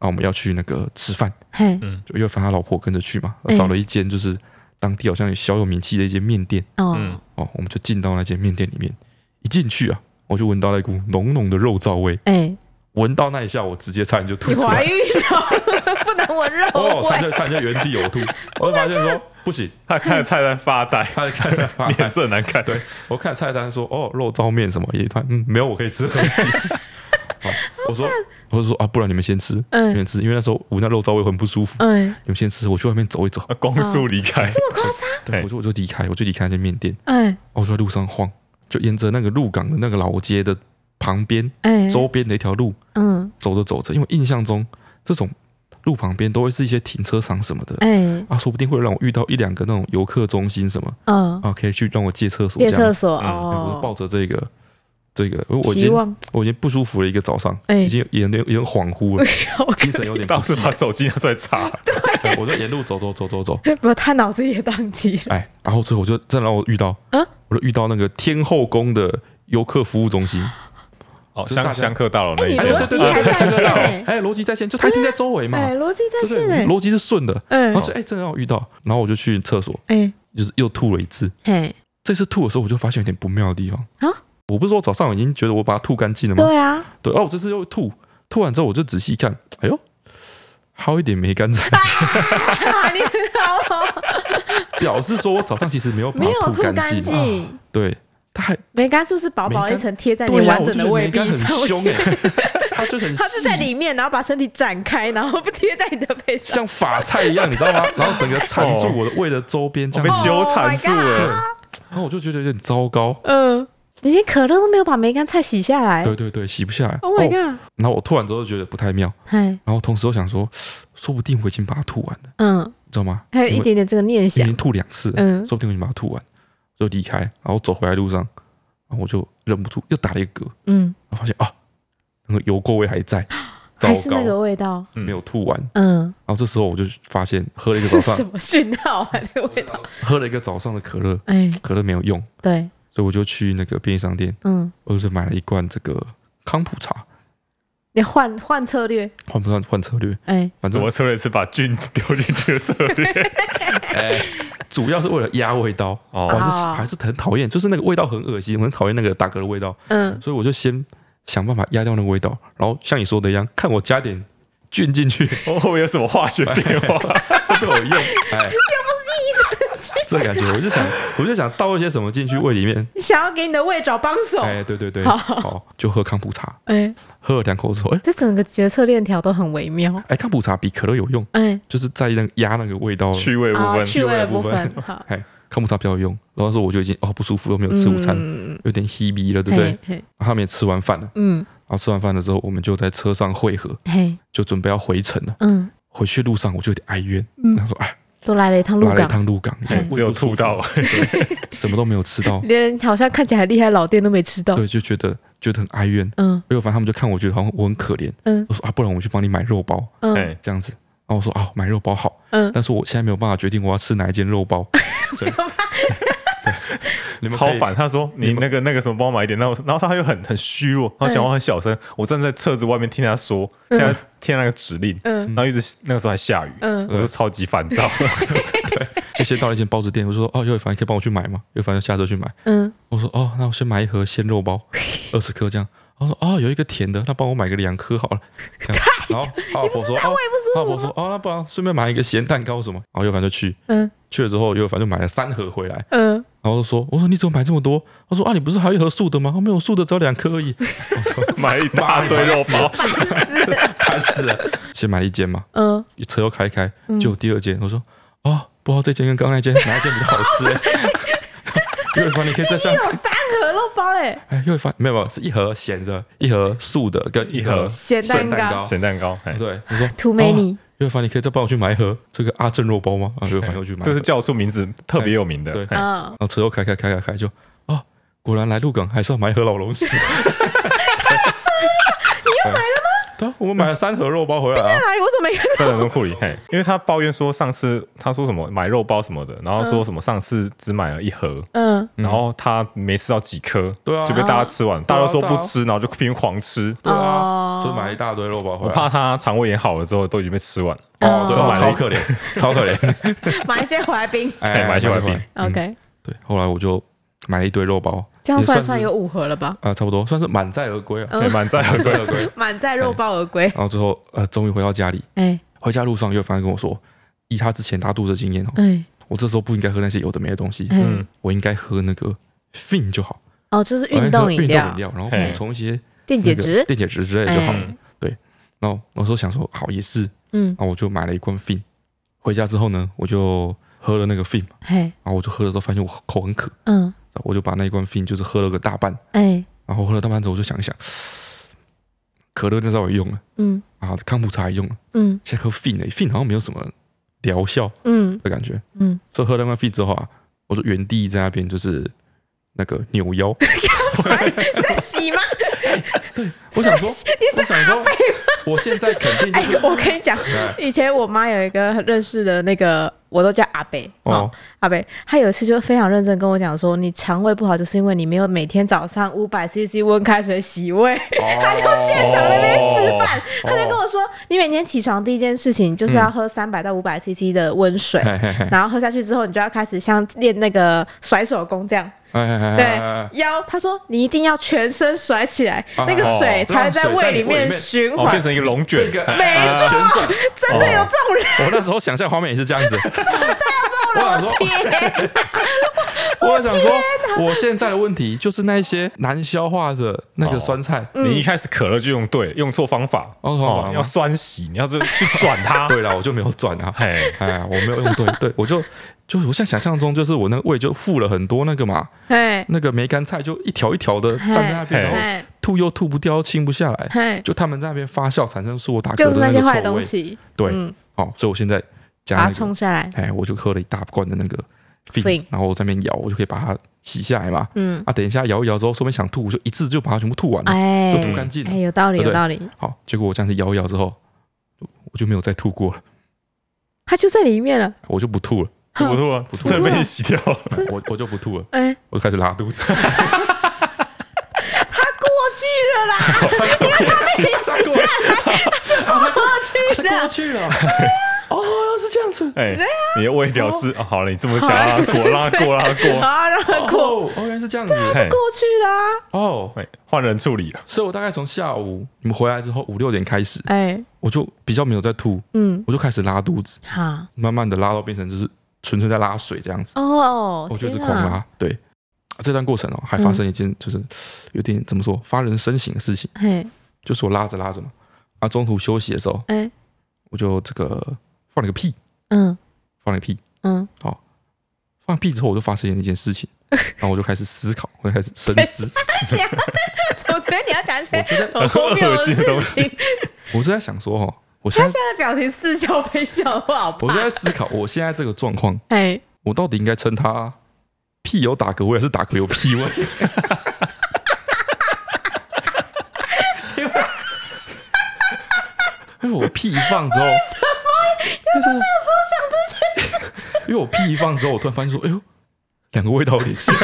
[SPEAKER 2] 啊，我们要去那个吃饭，
[SPEAKER 1] 嘿
[SPEAKER 2] 就因为反正他老婆跟着去嘛
[SPEAKER 1] 嗯，
[SPEAKER 2] 找了一间就是当地好像有小有名气的一间面店
[SPEAKER 1] 哦
[SPEAKER 3] 嗯，
[SPEAKER 2] 哦，我们就进到那间面店里面，一进去啊，我就闻到了一股浓浓的肉燥味，
[SPEAKER 1] 哎，
[SPEAKER 2] 闻到那一下我直接差点就吐
[SPEAKER 1] 你
[SPEAKER 2] 出
[SPEAKER 1] 怀
[SPEAKER 2] 来，
[SPEAKER 1] 孕了， 不能闻肉
[SPEAKER 2] 哦，差点
[SPEAKER 1] 味，
[SPEAKER 2] 就差点就原地呕吐，我就发现说不行，
[SPEAKER 3] 他看着菜单发呆，
[SPEAKER 2] 他就看了
[SPEAKER 3] 脸色很难看。
[SPEAKER 2] 对我看菜单说哦肉燥面什么一团，嗯没有我可以吃的东西，好我说我就说啊不然你们先吃，你
[SPEAKER 1] 嗯
[SPEAKER 2] 们吃，因为那时候闻到肉燥味很不舒服。
[SPEAKER 1] 嗯，
[SPEAKER 2] 你们先吃，我去外面走一走。
[SPEAKER 3] 啊 光速离开，
[SPEAKER 1] 这么夸张，
[SPEAKER 2] 对，
[SPEAKER 3] 哎
[SPEAKER 2] 我就我就离开，我就离开那间面店，哦
[SPEAKER 1] 哎
[SPEAKER 2] 我就在路上晃，就沿着那个鹿港的那个老街的旁边
[SPEAKER 1] 哎，
[SPEAKER 2] 周边的一条路
[SPEAKER 1] 嗯
[SPEAKER 2] 走着走着，因为印象中这种路旁边都会是一些停车场什么的
[SPEAKER 1] 哎
[SPEAKER 2] 啊，说不定会让我遇到一两个那种游客中心什么
[SPEAKER 1] 嗯，
[SPEAKER 2] 啊，可以去让我借厕所
[SPEAKER 1] 借
[SPEAKER 2] 这
[SPEAKER 1] 厕
[SPEAKER 2] 样子。
[SPEAKER 1] 所
[SPEAKER 3] 嗯
[SPEAKER 2] 哎我就
[SPEAKER 1] 哦，
[SPEAKER 2] 抱着这个这个，因为我已
[SPEAKER 1] 希
[SPEAKER 2] 经
[SPEAKER 1] 望
[SPEAKER 2] 我已经不舒服了一个早上，
[SPEAKER 1] 哎
[SPEAKER 2] 已经有点有点恍惚了，精神有点
[SPEAKER 3] 当
[SPEAKER 2] 不
[SPEAKER 3] 时
[SPEAKER 2] 济
[SPEAKER 3] 把手机拿出来查，
[SPEAKER 2] 哎我就沿路走走走走走，
[SPEAKER 1] 不过他脑子也宕机了。
[SPEAKER 2] 哎，然后最后我就真的让我遇到，
[SPEAKER 1] 啊
[SPEAKER 2] 我就遇到那个天后宫的游客服务中心，
[SPEAKER 3] 哦，
[SPEAKER 2] 就是大
[SPEAKER 3] 香
[SPEAKER 2] 家
[SPEAKER 3] 香客大楼那
[SPEAKER 1] 哎，
[SPEAKER 3] 一
[SPEAKER 1] 你
[SPEAKER 3] 间，
[SPEAKER 1] 逻辑还在线哎，
[SPEAKER 2] 哎，逻辑在线，就他一定在周围嘛，
[SPEAKER 1] 哎，逻辑在
[SPEAKER 2] 对不
[SPEAKER 1] 线
[SPEAKER 2] 对？
[SPEAKER 1] 哎，
[SPEAKER 2] 逻辑是顺的，然后
[SPEAKER 1] 嗯
[SPEAKER 2] 就哎，真的让我遇到，然后我就去厕所，
[SPEAKER 1] 哎
[SPEAKER 2] 就是又吐了一次。
[SPEAKER 1] 嘿，
[SPEAKER 2] 这次吐的时候，我就发现有点不妙的地方
[SPEAKER 1] 啊！
[SPEAKER 2] 我不是说早上已经觉得我把它吐干净了吗？
[SPEAKER 1] 对啊，
[SPEAKER 2] 对，哦，我这次又吐，吐完之后我就仔细看，哎呦，还有一点没干净，
[SPEAKER 1] 啊 你好， 哦
[SPEAKER 2] 表示说我早上其实没有把
[SPEAKER 1] 没有
[SPEAKER 2] 它
[SPEAKER 1] 吐
[SPEAKER 2] 干
[SPEAKER 1] 干
[SPEAKER 2] 净。啊
[SPEAKER 1] 净。
[SPEAKER 2] 对，它还
[SPEAKER 1] 梅干是不是薄薄一层贴在你
[SPEAKER 2] 对呀，
[SPEAKER 1] 完
[SPEAKER 2] 我就
[SPEAKER 1] 整
[SPEAKER 2] 觉
[SPEAKER 1] 的
[SPEAKER 2] 得
[SPEAKER 1] 胃
[SPEAKER 2] 梅
[SPEAKER 1] 壁
[SPEAKER 2] 干很
[SPEAKER 1] 上？
[SPEAKER 2] 凶哎， 它 就很
[SPEAKER 1] 它是在
[SPEAKER 2] 细
[SPEAKER 1] 里面，然后把身体展开，然后不贴在你的背上。
[SPEAKER 2] 像法菜一样，你知道吗？ 然后整个缠住我的胃的周边，这
[SPEAKER 3] 我被
[SPEAKER 1] 哦
[SPEAKER 2] 样子，
[SPEAKER 3] 纠缠住
[SPEAKER 1] Oh
[SPEAKER 3] 了
[SPEAKER 1] my。
[SPEAKER 2] 然后我就觉得有点糟糕。
[SPEAKER 1] 嗯，你连可乐都没有把梅干菜洗下来。
[SPEAKER 2] 对对对，洗不下来。
[SPEAKER 1] 哎 Oh my
[SPEAKER 2] 哦
[SPEAKER 1] god！
[SPEAKER 2] 然后我吐完之后就觉得不太妙，
[SPEAKER 1] 嗨，
[SPEAKER 2] 然后同时又想说，说不定我已经把它吐完了，
[SPEAKER 1] 嗯，
[SPEAKER 2] 你知道吗？
[SPEAKER 1] 还有一点点这个念
[SPEAKER 2] 因为已
[SPEAKER 1] 想
[SPEAKER 2] 经。吐两次了，
[SPEAKER 1] 嗯
[SPEAKER 2] 说不定我已经把它吐完，就离开，然后走回来路上，然后我就忍不住又打了一个嗝，
[SPEAKER 1] 嗯，
[SPEAKER 2] 然后发现啊，那那个油垢味还在，糟
[SPEAKER 1] 还是那个
[SPEAKER 2] 糕，
[SPEAKER 1] 味道，
[SPEAKER 2] 没有吐完。
[SPEAKER 1] 嗯，
[SPEAKER 2] 然后这时候我就发现，喝了一个早
[SPEAKER 1] 是什
[SPEAKER 2] 上，
[SPEAKER 1] 么讯号啊？那个味道，
[SPEAKER 2] 喝了一个早上的可乐，
[SPEAKER 1] 哎，
[SPEAKER 2] 可乐没有用，
[SPEAKER 1] 对，
[SPEAKER 2] 所以我就去那个便利商店，
[SPEAKER 1] 嗯，
[SPEAKER 2] 我就是买了一罐这个康普茶，
[SPEAKER 1] 你换换策略，
[SPEAKER 2] 换不换换策略，
[SPEAKER 1] 哎，
[SPEAKER 2] 反
[SPEAKER 3] 怎
[SPEAKER 2] 正
[SPEAKER 3] 么策略是把菌丢进去的策略？
[SPEAKER 2] 主要是为了压味道，
[SPEAKER 3] 哦
[SPEAKER 2] 我还是
[SPEAKER 1] 哦
[SPEAKER 2] 还是很讨厌，就是那个味道很恶心，我很讨厌那个打嗝的味道，
[SPEAKER 1] 嗯，
[SPEAKER 2] 所以我就先想办法压掉那个味道，然后像你说的一样，看我加点菌进去
[SPEAKER 3] 哦，有什么化学变 化？
[SPEAKER 2] 会不 会有用，哎，这感觉，我就想我就想倒一些什么进去胃里面，
[SPEAKER 1] 你想要给你的胃找帮手，
[SPEAKER 2] 哎，对对对，
[SPEAKER 1] 好
[SPEAKER 2] 好，就喝康普茶，
[SPEAKER 1] 哎，
[SPEAKER 2] 喝了两口之后，哎
[SPEAKER 1] 这整个决策链条都很微妙，
[SPEAKER 2] 哎，康普茶比可乐有用，
[SPEAKER 1] 哎，
[SPEAKER 2] 就是在那个压那个味道，
[SPEAKER 3] 趣味部
[SPEAKER 1] 啊，
[SPEAKER 3] 分，
[SPEAKER 1] 趣味的部
[SPEAKER 2] 趣味的
[SPEAKER 1] 分，好，
[SPEAKER 2] 哎，康普茶比较有用，然后那时候我就已经哦不舒服，又没有吃午餐，
[SPEAKER 1] 嗯
[SPEAKER 2] 有点 hebe 了，对不对？？
[SPEAKER 1] 嘿嘿
[SPEAKER 2] 他们也吃完饭了，
[SPEAKER 1] 嗯，
[SPEAKER 2] 然后吃完饭的时候，我们就在车上汇合，
[SPEAKER 1] 嘿，
[SPEAKER 2] 就准备要回程了。
[SPEAKER 1] 嗯，
[SPEAKER 2] 回去路上我就有点哀怨，
[SPEAKER 1] 嗯
[SPEAKER 2] 他说：“哎，
[SPEAKER 1] 都来了一趟鹿
[SPEAKER 2] 来了一
[SPEAKER 1] 港，
[SPEAKER 2] 趟鹿港，
[SPEAKER 1] 嘿，
[SPEAKER 2] 哎
[SPEAKER 3] 只有吐到，，
[SPEAKER 2] 什么都没有吃到
[SPEAKER 1] 连好像看起来很厉害的老店都没吃到，
[SPEAKER 2] 对，就觉得觉得很哀怨。
[SPEAKER 1] 嗯
[SPEAKER 2] 结果反正他们就看我，觉得好像我很可怜。
[SPEAKER 1] 嗯
[SPEAKER 2] 我说啊，不然我们去帮你买肉包
[SPEAKER 1] 嗯
[SPEAKER 3] 哎，
[SPEAKER 2] 这样子。然后我说啊，买肉包好，
[SPEAKER 1] 嗯，
[SPEAKER 2] 但是我现在没有办法决定我要吃哪一间肉 包。所以对你们可
[SPEAKER 3] 超
[SPEAKER 2] 以
[SPEAKER 3] 烦。他说你
[SPEAKER 2] 你们
[SPEAKER 3] 那个那个什么，帮我买一点。然后然后他又很很虚弱，然
[SPEAKER 2] 嗯
[SPEAKER 3] 后讲话很小声。我站在车子外面听他说，听他听他那个指令，
[SPEAKER 1] 嗯
[SPEAKER 3] 然后一直那个时候还下雨，
[SPEAKER 1] 嗯
[SPEAKER 3] 我就超级烦躁。
[SPEAKER 2] 嗯就先到了一间包子店，我就说哦，尤伟凡，你可以帮我去买吗？尤伟凡就下车去买。
[SPEAKER 1] 嗯，
[SPEAKER 2] 我说哦，那我先买一盒鲜肉包，二十颗这样。他说哦，有一个甜的，那帮我买个两颗好了。这样，然后阿婆说哦，阿婆说哦，那不然顺便买一个咸蛋糕什么。然后尤凡就去，
[SPEAKER 1] 嗯
[SPEAKER 2] 去了之后尤凡就买了三盒回来，
[SPEAKER 1] 嗯，
[SPEAKER 2] 然后就说我说你怎么买这么多？他说啊，你不是还有一盒素的吗？他没有素的，只有两颗而已，
[SPEAKER 3] 买一大堆肉包，
[SPEAKER 2] 烦死了。先买了一间嘛，
[SPEAKER 1] 嗯
[SPEAKER 2] 车又开一开，就有第二间。我说哦，不知道这间跟刚刚那间哪一间比较好吃、欸？ 尤伟凡， 你可以再上
[SPEAKER 1] 有三盒肉包嘞，
[SPEAKER 2] 哎，又会发没有没有，是一盒咸的，一盒素的，跟一盒
[SPEAKER 1] 咸蛋糕
[SPEAKER 2] 蛋糕。
[SPEAKER 3] 咸蛋糕，哎
[SPEAKER 2] 对，我说
[SPEAKER 1] Too many
[SPEAKER 2] 哦又会发，你可以再帮我去买一盒这个阿正肉包吗？啊，又会发又去买一盒，
[SPEAKER 3] 这是叫出名字特别有名
[SPEAKER 2] 哎对
[SPEAKER 3] 的，，
[SPEAKER 2] 然
[SPEAKER 1] 嗯，
[SPEAKER 2] 后车又开开开开开，就啊，果然来鹿港还是要买一盒老龙 屎。你又买了吗？对啊，我们买了三盒肉包回来啊。
[SPEAKER 1] 哪里？我怎么没看
[SPEAKER 3] 在冷冻库里。嘿，因为他抱怨说上次他说什么买肉包什么的，然
[SPEAKER 2] 嗯
[SPEAKER 3] 后说什么上次只买了一盒。
[SPEAKER 1] 嗯，
[SPEAKER 3] 然后他没吃到几颗，
[SPEAKER 2] 对啊
[SPEAKER 3] 就被大家吃完，大家都说
[SPEAKER 2] 对啊
[SPEAKER 3] 不吃，然后就拼狂吃。
[SPEAKER 2] 对
[SPEAKER 1] 哦
[SPEAKER 2] 啊，所以买了一大堆肉包回
[SPEAKER 3] 我
[SPEAKER 2] 来。
[SPEAKER 3] 怕他肠胃炎好了之后都已经被吃完了，
[SPEAKER 1] 哦
[SPEAKER 2] 对
[SPEAKER 3] 所以
[SPEAKER 2] 啊，
[SPEAKER 3] 买了
[SPEAKER 2] 超
[SPEAKER 3] 一
[SPEAKER 2] 可怜， 超可怜。
[SPEAKER 1] 买一些怀冰
[SPEAKER 2] 哎，
[SPEAKER 3] 买一些
[SPEAKER 2] 回来
[SPEAKER 3] 外宾。
[SPEAKER 2] 嗯
[SPEAKER 1] ，OK，
[SPEAKER 2] 对，后来我就买了一堆肉包，
[SPEAKER 1] 这样
[SPEAKER 2] 也
[SPEAKER 1] 算一
[SPEAKER 2] 是
[SPEAKER 1] 算有五盒了吧？
[SPEAKER 2] 啊，差不多算是满载而
[SPEAKER 1] 嗯
[SPEAKER 2] 归啊，
[SPEAKER 3] 对，满载 而
[SPEAKER 2] 满载
[SPEAKER 3] 归。
[SPEAKER 2] 而归。
[SPEAKER 1] 满载肉包而归，
[SPEAKER 2] 然后最后呃，终于回到家里，
[SPEAKER 1] 哎
[SPEAKER 2] 回家路上又反而跟我说，以他之前拉肚子的经验哦，
[SPEAKER 1] 哎
[SPEAKER 2] 我这时候不应该喝那些有的没的东西，
[SPEAKER 1] 哎，
[SPEAKER 3] 嗯，
[SPEAKER 2] 我应该喝那个 Fin 就好，
[SPEAKER 1] 哦，就是
[SPEAKER 2] 我应
[SPEAKER 1] 运
[SPEAKER 2] 该喝
[SPEAKER 1] 动饮
[SPEAKER 2] 运动饮
[SPEAKER 1] 料、
[SPEAKER 2] 料，然后
[SPEAKER 3] 嘿
[SPEAKER 2] 补充一些
[SPEAKER 1] 电解质，
[SPEAKER 2] 电解质之类的就好了。
[SPEAKER 1] 哎
[SPEAKER 2] 然后我那时候想说，好也是，
[SPEAKER 1] 嗯，
[SPEAKER 2] 然后我就买了一罐 Fin，回家之后呢，我就喝了那个 Fin 嘛，
[SPEAKER 1] 嘿，
[SPEAKER 2] 然后我就喝的时候发现我口很渴，
[SPEAKER 1] 嗯，
[SPEAKER 2] 我就把那一罐 Fin 就是喝了个大半，
[SPEAKER 1] 哎，
[SPEAKER 2] 然后喝了大半之后我就想一想，可乐那时候也用了
[SPEAKER 1] 嗯
[SPEAKER 2] 啊，康普茶也用了，
[SPEAKER 1] 嗯
[SPEAKER 2] 现在喝 Fin 呢、f i n 好像没有什么疗效。
[SPEAKER 1] 嗯
[SPEAKER 2] 的感觉。
[SPEAKER 1] 嗯，
[SPEAKER 2] 所以喝了那 f 之后啊，我就原地在那边就是那个扭腰。
[SPEAKER 1] 在洗吗？
[SPEAKER 2] 我想说，我想说，我现在肯定
[SPEAKER 1] 哎
[SPEAKER 2] 就是，
[SPEAKER 1] 我跟你讲，以前我妈有一个认识的那个，我都叫阿北哦
[SPEAKER 2] 哦，
[SPEAKER 1] 阿北，她有一次就非常认真跟我讲说，你肠胃不好，就是因为你没有每天早上五百 CC 温开水洗胃，
[SPEAKER 2] 哦
[SPEAKER 1] 她就现场那边示范，她就跟我说，你每天起床第一件事情就是要喝三百到五百 CC 的温水。
[SPEAKER 2] 嗯嘿嘿嘿，
[SPEAKER 1] 然后喝下去之后，你就要开始像练那个甩手功这样，
[SPEAKER 2] 哎哎哎
[SPEAKER 1] 对
[SPEAKER 2] 哎哎，
[SPEAKER 1] 腰。她说你一定要全身甩起来，
[SPEAKER 2] 啊
[SPEAKER 1] 那个
[SPEAKER 2] 哦
[SPEAKER 1] 水才会在
[SPEAKER 2] 让水
[SPEAKER 1] 胃
[SPEAKER 2] 在
[SPEAKER 1] 里
[SPEAKER 2] 你胃里
[SPEAKER 1] 面
[SPEAKER 2] 面
[SPEAKER 1] 循
[SPEAKER 3] 哦，
[SPEAKER 1] 环
[SPEAKER 3] 变。成一个龙卷哎
[SPEAKER 2] 一，个
[SPEAKER 1] 没错
[SPEAKER 2] 旋转
[SPEAKER 1] 真的有这种 人，
[SPEAKER 2] 我那时候想象画面也是这样子。我想说，我想说，我现在的问题就是那一些难消化的那个酸菜。
[SPEAKER 1] 嗯
[SPEAKER 3] 你一开始可乐就用对，用错方法
[SPEAKER 2] 哦错方法，
[SPEAKER 3] 要酸洗，你要是去转它
[SPEAKER 2] 对了，我就没有转啊，
[SPEAKER 3] 嘿，
[SPEAKER 2] 哎呀，我没有用对，对我就就是我现在想象中就是我那个胃就附了很多那个嘛，
[SPEAKER 1] 嘿，
[SPEAKER 2] 那个梅干菜就一条一条的站在那边，
[SPEAKER 3] 嘿
[SPEAKER 2] 然后
[SPEAKER 1] 嘿，
[SPEAKER 2] 吐又吐不掉，清不下来，
[SPEAKER 1] 嘿，
[SPEAKER 2] 就他们在那边发酵，产生出我打嗝
[SPEAKER 1] 就是
[SPEAKER 2] 的
[SPEAKER 1] 那些坏
[SPEAKER 2] 个臭
[SPEAKER 1] 东
[SPEAKER 2] 味。
[SPEAKER 1] 西，
[SPEAKER 2] 对，
[SPEAKER 1] 嗯
[SPEAKER 2] 好，所以我现在加
[SPEAKER 1] 把它
[SPEAKER 2] 那个，
[SPEAKER 1] 冲下来。
[SPEAKER 2] 哎，我就喝了一大罐的那个
[SPEAKER 1] Fling
[SPEAKER 2] 然后我在那边咬，我就可以把它洗下来嘛。
[SPEAKER 1] 嗯，
[SPEAKER 2] 啊，等一下摇一摇之后，说不定想吐，我就一次就把它全部吐完了，
[SPEAKER 1] 哎
[SPEAKER 2] 就，吐干净了
[SPEAKER 1] 哎，。有道理，
[SPEAKER 2] 对
[SPEAKER 1] 有
[SPEAKER 2] 不对
[SPEAKER 1] 道理，
[SPEAKER 2] 好，结果我这样子摇一摇之后，我就没有再吐过了，
[SPEAKER 1] 它就在里面了。
[SPEAKER 2] 我就不吐了，
[SPEAKER 3] 不错啊，
[SPEAKER 1] 错啊
[SPEAKER 3] 这被你洗掉了。
[SPEAKER 2] 我我就不吐了，
[SPEAKER 1] 哎，
[SPEAKER 2] 我就开始拉肚子。
[SPEAKER 1] 它过去了 啦，因为它没洗下来，它就 过去了。
[SPEAKER 2] 去了， 哦，是这样子。
[SPEAKER 3] 哎，你的胃表示啊，好了，你这么想让它过，让它过，让 它
[SPEAKER 1] 好
[SPEAKER 3] 过。
[SPEAKER 1] 啊，让它过
[SPEAKER 2] 哦，原来是这样子。
[SPEAKER 3] 嘿
[SPEAKER 1] 过去啦。
[SPEAKER 2] 哦，
[SPEAKER 3] 哎，换人处理了。
[SPEAKER 2] 所以我大概从下午你们回来之后五六点开始，
[SPEAKER 1] 哎，
[SPEAKER 2] 我就比较没有在吐，
[SPEAKER 1] 嗯，
[SPEAKER 2] 我就开始拉肚子，
[SPEAKER 1] 好，
[SPEAKER 2] 慢慢的拉到变成就是纯粹在拉水这样子，
[SPEAKER 1] 哦，
[SPEAKER 2] 我就是
[SPEAKER 1] 天
[SPEAKER 2] 狂
[SPEAKER 1] 啊
[SPEAKER 2] 拉。对，啊这段过程哦，还发生一件就是有点怎么说发人深省的事情，
[SPEAKER 1] 嘿，
[SPEAKER 2] 就是我拉着拉着嘛，啊，中途休息的时候，
[SPEAKER 1] 哎，
[SPEAKER 2] 我就这个放了个屁，
[SPEAKER 1] 嗯
[SPEAKER 2] 放了个屁，
[SPEAKER 1] 嗯，
[SPEAKER 2] 放屁之后我就发现一件事情，然后我就开始思考，我就开始深思，
[SPEAKER 1] 总觉得你要讲一些
[SPEAKER 2] 我觉得
[SPEAKER 1] 很荒谬的事
[SPEAKER 3] 恶心
[SPEAKER 1] 情。
[SPEAKER 2] 我就在想说哦，我现
[SPEAKER 1] 他
[SPEAKER 2] 在
[SPEAKER 1] 现在的表情似笑非笑，我好
[SPEAKER 2] 我就
[SPEAKER 1] 怕
[SPEAKER 2] 在。思考我现在这个状况，
[SPEAKER 1] 哎，
[SPEAKER 2] 我到底应该称他屁有打嗝味还是打嗝有屁味？ 因为因为我屁一放之后，为什么？因为我屁一放之后，我突然发现说，哎呦，两个味道有点像。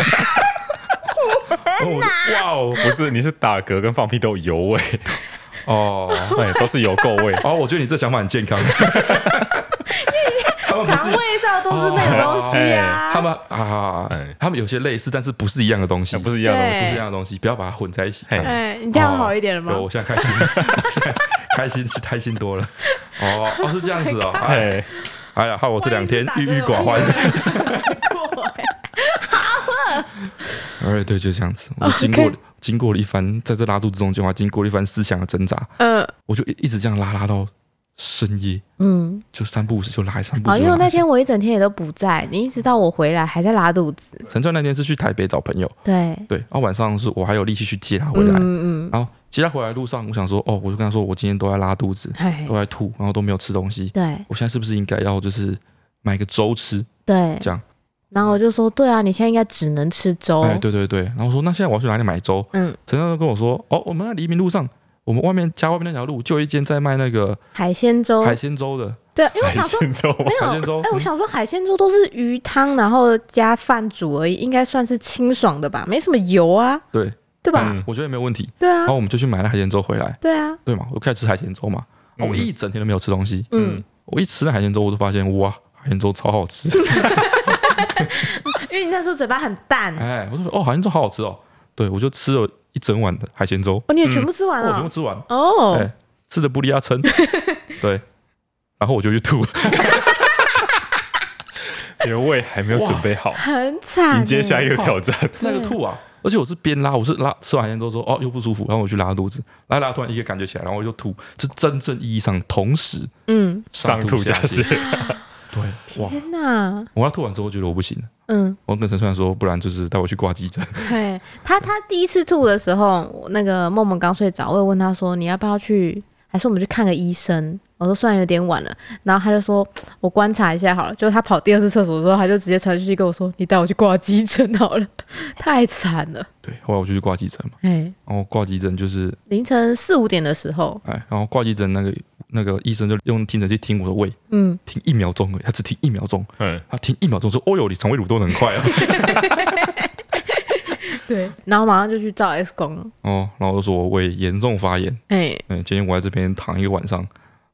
[SPEAKER 2] 然后我
[SPEAKER 1] 啊
[SPEAKER 2] 就哇哦
[SPEAKER 3] 不是，你是打嗝跟放屁都有油味，
[SPEAKER 2] 哦
[SPEAKER 3] 哎，都是油垢 味。
[SPEAKER 2] 哦，我觉得你这想法很健康。他 们不
[SPEAKER 1] 肠
[SPEAKER 2] 是
[SPEAKER 1] 胃道都是那个东西啊。
[SPEAKER 2] 他们啊
[SPEAKER 3] 哎，
[SPEAKER 2] 他们有些类似，但是不是一样的东西，
[SPEAKER 3] 哎不是一样的东
[SPEAKER 2] 不
[SPEAKER 1] 对
[SPEAKER 2] 是一样的东西，不要把它混在一起。
[SPEAKER 3] 嘿
[SPEAKER 1] 哎，你这样好一点了吗
[SPEAKER 2] 哦有，？我现在开心，现在 开心是开心多了。哦，哦是这样子哦。哎
[SPEAKER 3] 哎，
[SPEAKER 2] 哎呀，害我这两天郁郁寡
[SPEAKER 1] 我
[SPEAKER 2] 欢
[SPEAKER 1] 也。是打嗝有屁味
[SPEAKER 2] 哎，对，就这样子。我经
[SPEAKER 1] 哦
[SPEAKER 2] 过经过了一番在这拉肚子中间，我还经过了一番思想的挣扎，
[SPEAKER 1] 嗯
[SPEAKER 2] 我就一一直这样拉拉到深夜，
[SPEAKER 1] 嗯，
[SPEAKER 2] 就三不五时就拉，三不五
[SPEAKER 1] 好，哦
[SPEAKER 2] 时
[SPEAKER 1] 因
[SPEAKER 2] 就
[SPEAKER 1] 为那
[SPEAKER 2] 拉。
[SPEAKER 1] 天我一整天也都不在，你一直到我回来还在拉肚子。
[SPEAKER 2] 陈川那天是去台北找朋友，
[SPEAKER 1] 对，
[SPEAKER 2] 对，然后晚上是我还有力气去接他回来，
[SPEAKER 1] 嗯嗯嗯，
[SPEAKER 2] 然后接他回来的路上，我想说，哦，我就跟他说，我今天都在拉肚子，
[SPEAKER 1] 哎
[SPEAKER 2] 都，在吐，然后都没有吃东西，
[SPEAKER 1] 对
[SPEAKER 2] 我现在是不是应该要就是买个粥吃？
[SPEAKER 1] 对，
[SPEAKER 2] 这样。
[SPEAKER 1] 然后我就说，对啊，你现在应该只能吃粥。
[SPEAKER 2] 哎，对对对。然后我说，那现在我要去哪里买粥？
[SPEAKER 1] 嗯，
[SPEAKER 2] 陈教授跟我说，哦，我们在黎明路上，我们外面家外面那条路就有一间在卖那个
[SPEAKER 1] 海鲜粥，
[SPEAKER 2] 海鲜粥的，
[SPEAKER 1] 对，因为我
[SPEAKER 3] 海
[SPEAKER 1] 想说
[SPEAKER 3] 鲜粥吗
[SPEAKER 1] 没？有，
[SPEAKER 2] 海鲜粥嗯
[SPEAKER 1] 哎、我想说海鲜粥都是鱼汤，然后加饭煮而已，应该算是清爽的吧，没什么油啊，
[SPEAKER 2] 对，
[SPEAKER 1] 对吧？
[SPEAKER 3] 嗯
[SPEAKER 2] 我觉得没有问题。
[SPEAKER 1] 对啊
[SPEAKER 2] 然，后我们就去买了海鲜粥回来，
[SPEAKER 1] 对啊，
[SPEAKER 2] 对嘛？我开始吃海鲜粥嘛，啊我一整天都没有吃东西，
[SPEAKER 1] 嗯，
[SPEAKER 2] 我一吃那海鲜粥，我就发现哇，海鲜粥超好吃，
[SPEAKER 1] 嗯因为你那时候嘴巴很淡，
[SPEAKER 2] 哎，我就说哦，海鲜粥好好吃哦，对我就吃了一整碗的海鲜粥，
[SPEAKER 1] 哦，你也全部吃完
[SPEAKER 2] 哦我
[SPEAKER 1] 了
[SPEAKER 2] 全部、吃完，
[SPEAKER 1] 哦，
[SPEAKER 2] 哎，吃的不离啊撑，对，然后我就去吐，
[SPEAKER 3] 你的胃还没有准备好，
[SPEAKER 1] 很惨、欸
[SPEAKER 3] 迎接下一
[SPEAKER 1] 个，
[SPEAKER 3] 个挑战。
[SPEAKER 2] 那
[SPEAKER 1] 嗯
[SPEAKER 2] 个吐啊，而且我是边拉，我是拉吃完海鲜粥之后，哦又不舒服，然后我去拉肚子，拉一拉突然一个感觉起来，然后我就吐，是真正意义上同时
[SPEAKER 1] 嗯，
[SPEAKER 3] 上吐
[SPEAKER 2] 下
[SPEAKER 3] 下泻，
[SPEAKER 2] 对，哇！
[SPEAKER 1] 天哪，
[SPEAKER 2] 我要吐完之后，我觉得我不行了，
[SPEAKER 1] 嗯，
[SPEAKER 2] 我跟陈川说，不然就是带我去挂急 诊。
[SPEAKER 1] 嘿，他他第一次吐的时候，我那个梦梦刚睡着，我也问他说，你要不要去，还是我们去看个医生？我说虽然有点晚了，然后他就说我观察一下好了。就他跑第二次厕所的时候，他就直接传讯息跟我说：“你带我去挂急诊好了。” 太惨了，
[SPEAKER 2] 对，后来我就去挂急诊嘛，
[SPEAKER 1] 哎，
[SPEAKER 2] 然后挂急诊就是，
[SPEAKER 1] 凌晨四五点的时候，
[SPEAKER 2] 哎，然后挂急诊那个那个医生就用听诊器听我的胃，
[SPEAKER 1] 嗯，
[SPEAKER 2] 听一秒钟而已，他只听一秒钟，
[SPEAKER 3] 嗯，
[SPEAKER 2] 他听一秒钟说，哦哟，你肠胃蠕动得很快啊，
[SPEAKER 1] 对，然后马上就去照 X 光了，
[SPEAKER 2] 哦，然后我就说我胃严重发炎，
[SPEAKER 1] 哎，
[SPEAKER 2] 嗯，今天我在这边躺一个晚上，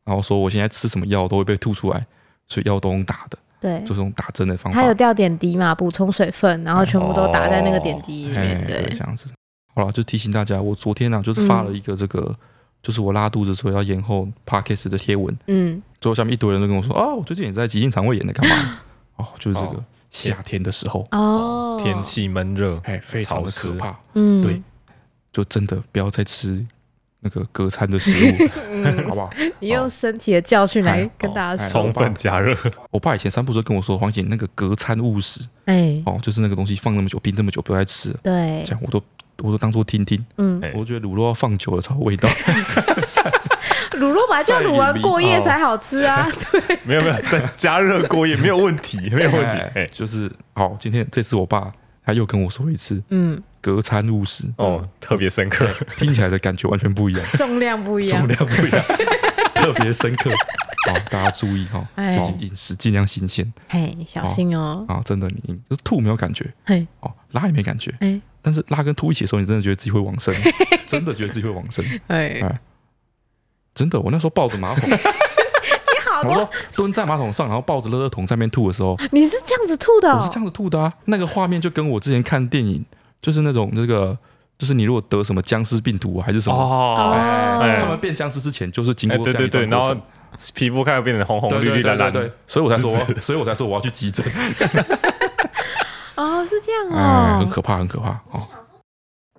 [SPEAKER 2] 然后说我现在吃什么药都会被吐出来，所以药都用打的，
[SPEAKER 1] 对
[SPEAKER 2] 就，是用打针的方法。
[SPEAKER 1] 他哎有吊点滴嘛，补充水分，然后全部都打在那个点滴里
[SPEAKER 2] 哎
[SPEAKER 1] 面，
[SPEAKER 2] 对，
[SPEAKER 1] 对
[SPEAKER 2] 这，样子。好了，就提醒大家，我昨天呢、就是发了一个这个，就是我拉肚子说要延后 podcast 的贴文，
[SPEAKER 1] 嗯，
[SPEAKER 2] 最后下面一堆人都跟我说，哦，我最近也在急性肠胃炎的干嘛？哦，就是这个
[SPEAKER 3] 哦
[SPEAKER 2] 夏天的时候，
[SPEAKER 1] 哦，
[SPEAKER 3] 天，气闷热，
[SPEAKER 2] 哎，非常的
[SPEAKER 3] 潮
[SPEAKER 2] 可
[SPEAKER 3] 湿
[SPEAKER 2] 怕，
[SPEAKER 1] 嗯，
[SPEAKER 2] 对，就真的不要再吃那个隔餐的食物，好不好？
[SPEAKER 1] 你用身体的教训来
[SPEAKER 2] 哎
[SPEAKER 1] 跟大家
[SPEAKER 2] 哎
[SPEAKER 1] 说，
[SPEAKER 3] 充分加热，
[SPEAKER 2] 我爸以前散步时候跟我说，黄姐那个隔餐误食，
[SPEAKER 1] 哎，
[SPEAKER 2] 哦，就是那个东西放那么久，冰这么久，不要再吃了，
[SPEAKER 1] 对
[SPEAKER 2] 这，样我都我都当做听听。
[SPEAKER 1] 嗯，
[SPEAKER 3] 哎
[SPEAKER 2] 我觉得卤肉要放久了才有味 道，哎
[SPEAKER 1] 卤肉本来就要卤完过夜才好吃啊，对，
[SPEAKER 2] 哦
[SPEAKER 3] 没有没有，再加热锅也没有问题，没有问题。
[SPEAKER 2] 哎
[SPEAKER 3] 哎，
[SPEAKER 2] 就是好，今天这次我爸他又跟我说一次
[SPEAKER 1] 嗯，
[SPEAKER 2] 隔餐入食，
[SPEAKER 3] 哦，特别深刻，
[SPEAKER 2] 听起来的感觉完全不一样，
[SPEAKER 1] 重量不一样
[SPEAKER 2] 重。量不一 样，特别深刻。好，大家注意哈，
[SPEAKER 1] 哎
[SPEAKER 2] 好饮食尽量新鲜
[SPEAKER 1] 嘿，小心哦。
[SPEAKER 2] 啊！真的，你就是吐没有感觉
[SPEAKER 1] 嘿，
[SPEAKER 2] 哦，拉也没感觉，
[SPEAKER 1] 哎
[SPEAKER 2] 但是拉跟吐一起的时候，你真的觉得自己会 往生，真的觉得自己会往生，
[SPEAKER 1] 哎，
[SPEAKER 2] 哎真的。我那时候抱着马桶，
[SPEAKER 1] 你好多，
[SPEAKER 2] 我说蹲在马桶上，然后抱着乐乐桶在那边吐的时候，
[SPEAKER 1] 你是这样子吐的
[SPEAKER 2] 我是
[SPEAKER 1] 哦
[SPEAKER 2] 这。样子吐的啊。那个画面就跟我之前看电影，就是那种这个，就是你如果得什么僵尸病毒啊，还是什么，
[SPEAKER 3] 哦，
[SPEAKER 2] 哎，
[SPEAKER 3] 哎
[SPEAKER 2] 他们变僵尸之前就是经
[SPEAKER 3] 哎，
[SPEAKER 2] 过
[SPEAKER 3] 对
[SPEAKER 2] 这样
[SPEAKER 3] 对
[SPEAKER 2] 一段
[SPEAKER 3] 对，然
[SPEAKER 2] 过
[SPEAKER 3] 后
[SPEAKER 2] 程。
[SPEAKER 3] 皮肤开始变得红红
[SPEAKER 2] 对
[SPEAKER 3] 绿
[SPEAKER 2] 对
[SPEAKER 3] 绿蓝
[SPEAKER 2] 对
[SPEAKER 3] 蓝
[SPEAKER 2] 对
[SPEAKER 3] 的
[SPEAKER 2] 对，，所以我才 说，所以我才说我要去急诊，
[SPEAKER 1] 哦，是这样
[SPEAKER 2] 哎，很
[SPEAKER 1] 哦。
[SPEAKER 2] 可怕，很可怕哦。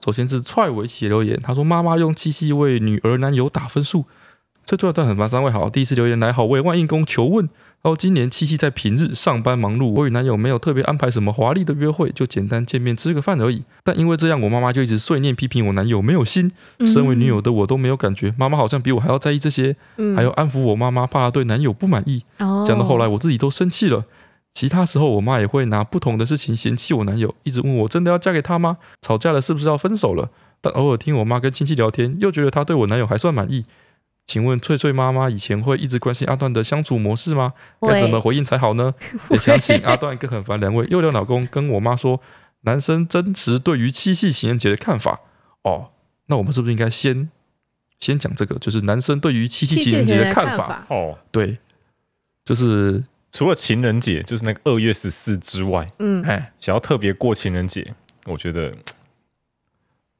[SPEAKER 2] 首先是踹围棋留言，他说妈妈用七夕为女儿男友打分数，这段段很烦。三位好，第一次留言来好，我也万应公求问。然后今年七夕在平日上班忙碌，我与男友没有特别安排什么华丽的约会，就简单见面吃个饭而已。但因为这样，我妈妈就一直碎念批评我男友没有心。
[SPEAKER 1] 嗯
[SPEAKER 2] 身为女友的我都没有感觉，妈妈好像比我还要在意这些，
[SPEAKER 1] 嗯，嗯哦
[SPEAKER 2] 还要安抚我妈妈，怕她对男友不满意。讲到后来，，我自己都生气了。其他时候，我妈也会拿不同的事情嫌弃我男友，一直问我真的要嫁给他吗？吵架了是不是要分手了？但偶尔听我妈跟亲戚聊天，又觉得她对我男友还算满意。请问翠翠妈妈以前会一直关心阿段的相处模式吗？该怎么回应才好 呢？也想请阿段跟很烦两位优良老公跟我妈说，男生真实对于七夕情人节的看法。哦，那我们是不是应该先先讲这个，就是男生对于七夕情人节的看法？
[SPEAKER 1] 法？
[SPEAKER 3] 哦。
[SPEAKER 2] 对，就是
[SPEAKER 3] 除了情人节，就是那个二月十四之外，
[SPEAKER 1] 嗯，
[SPEAKER 2] 哎，
[SPEAKER 3] 想要特别过情人节，我觉得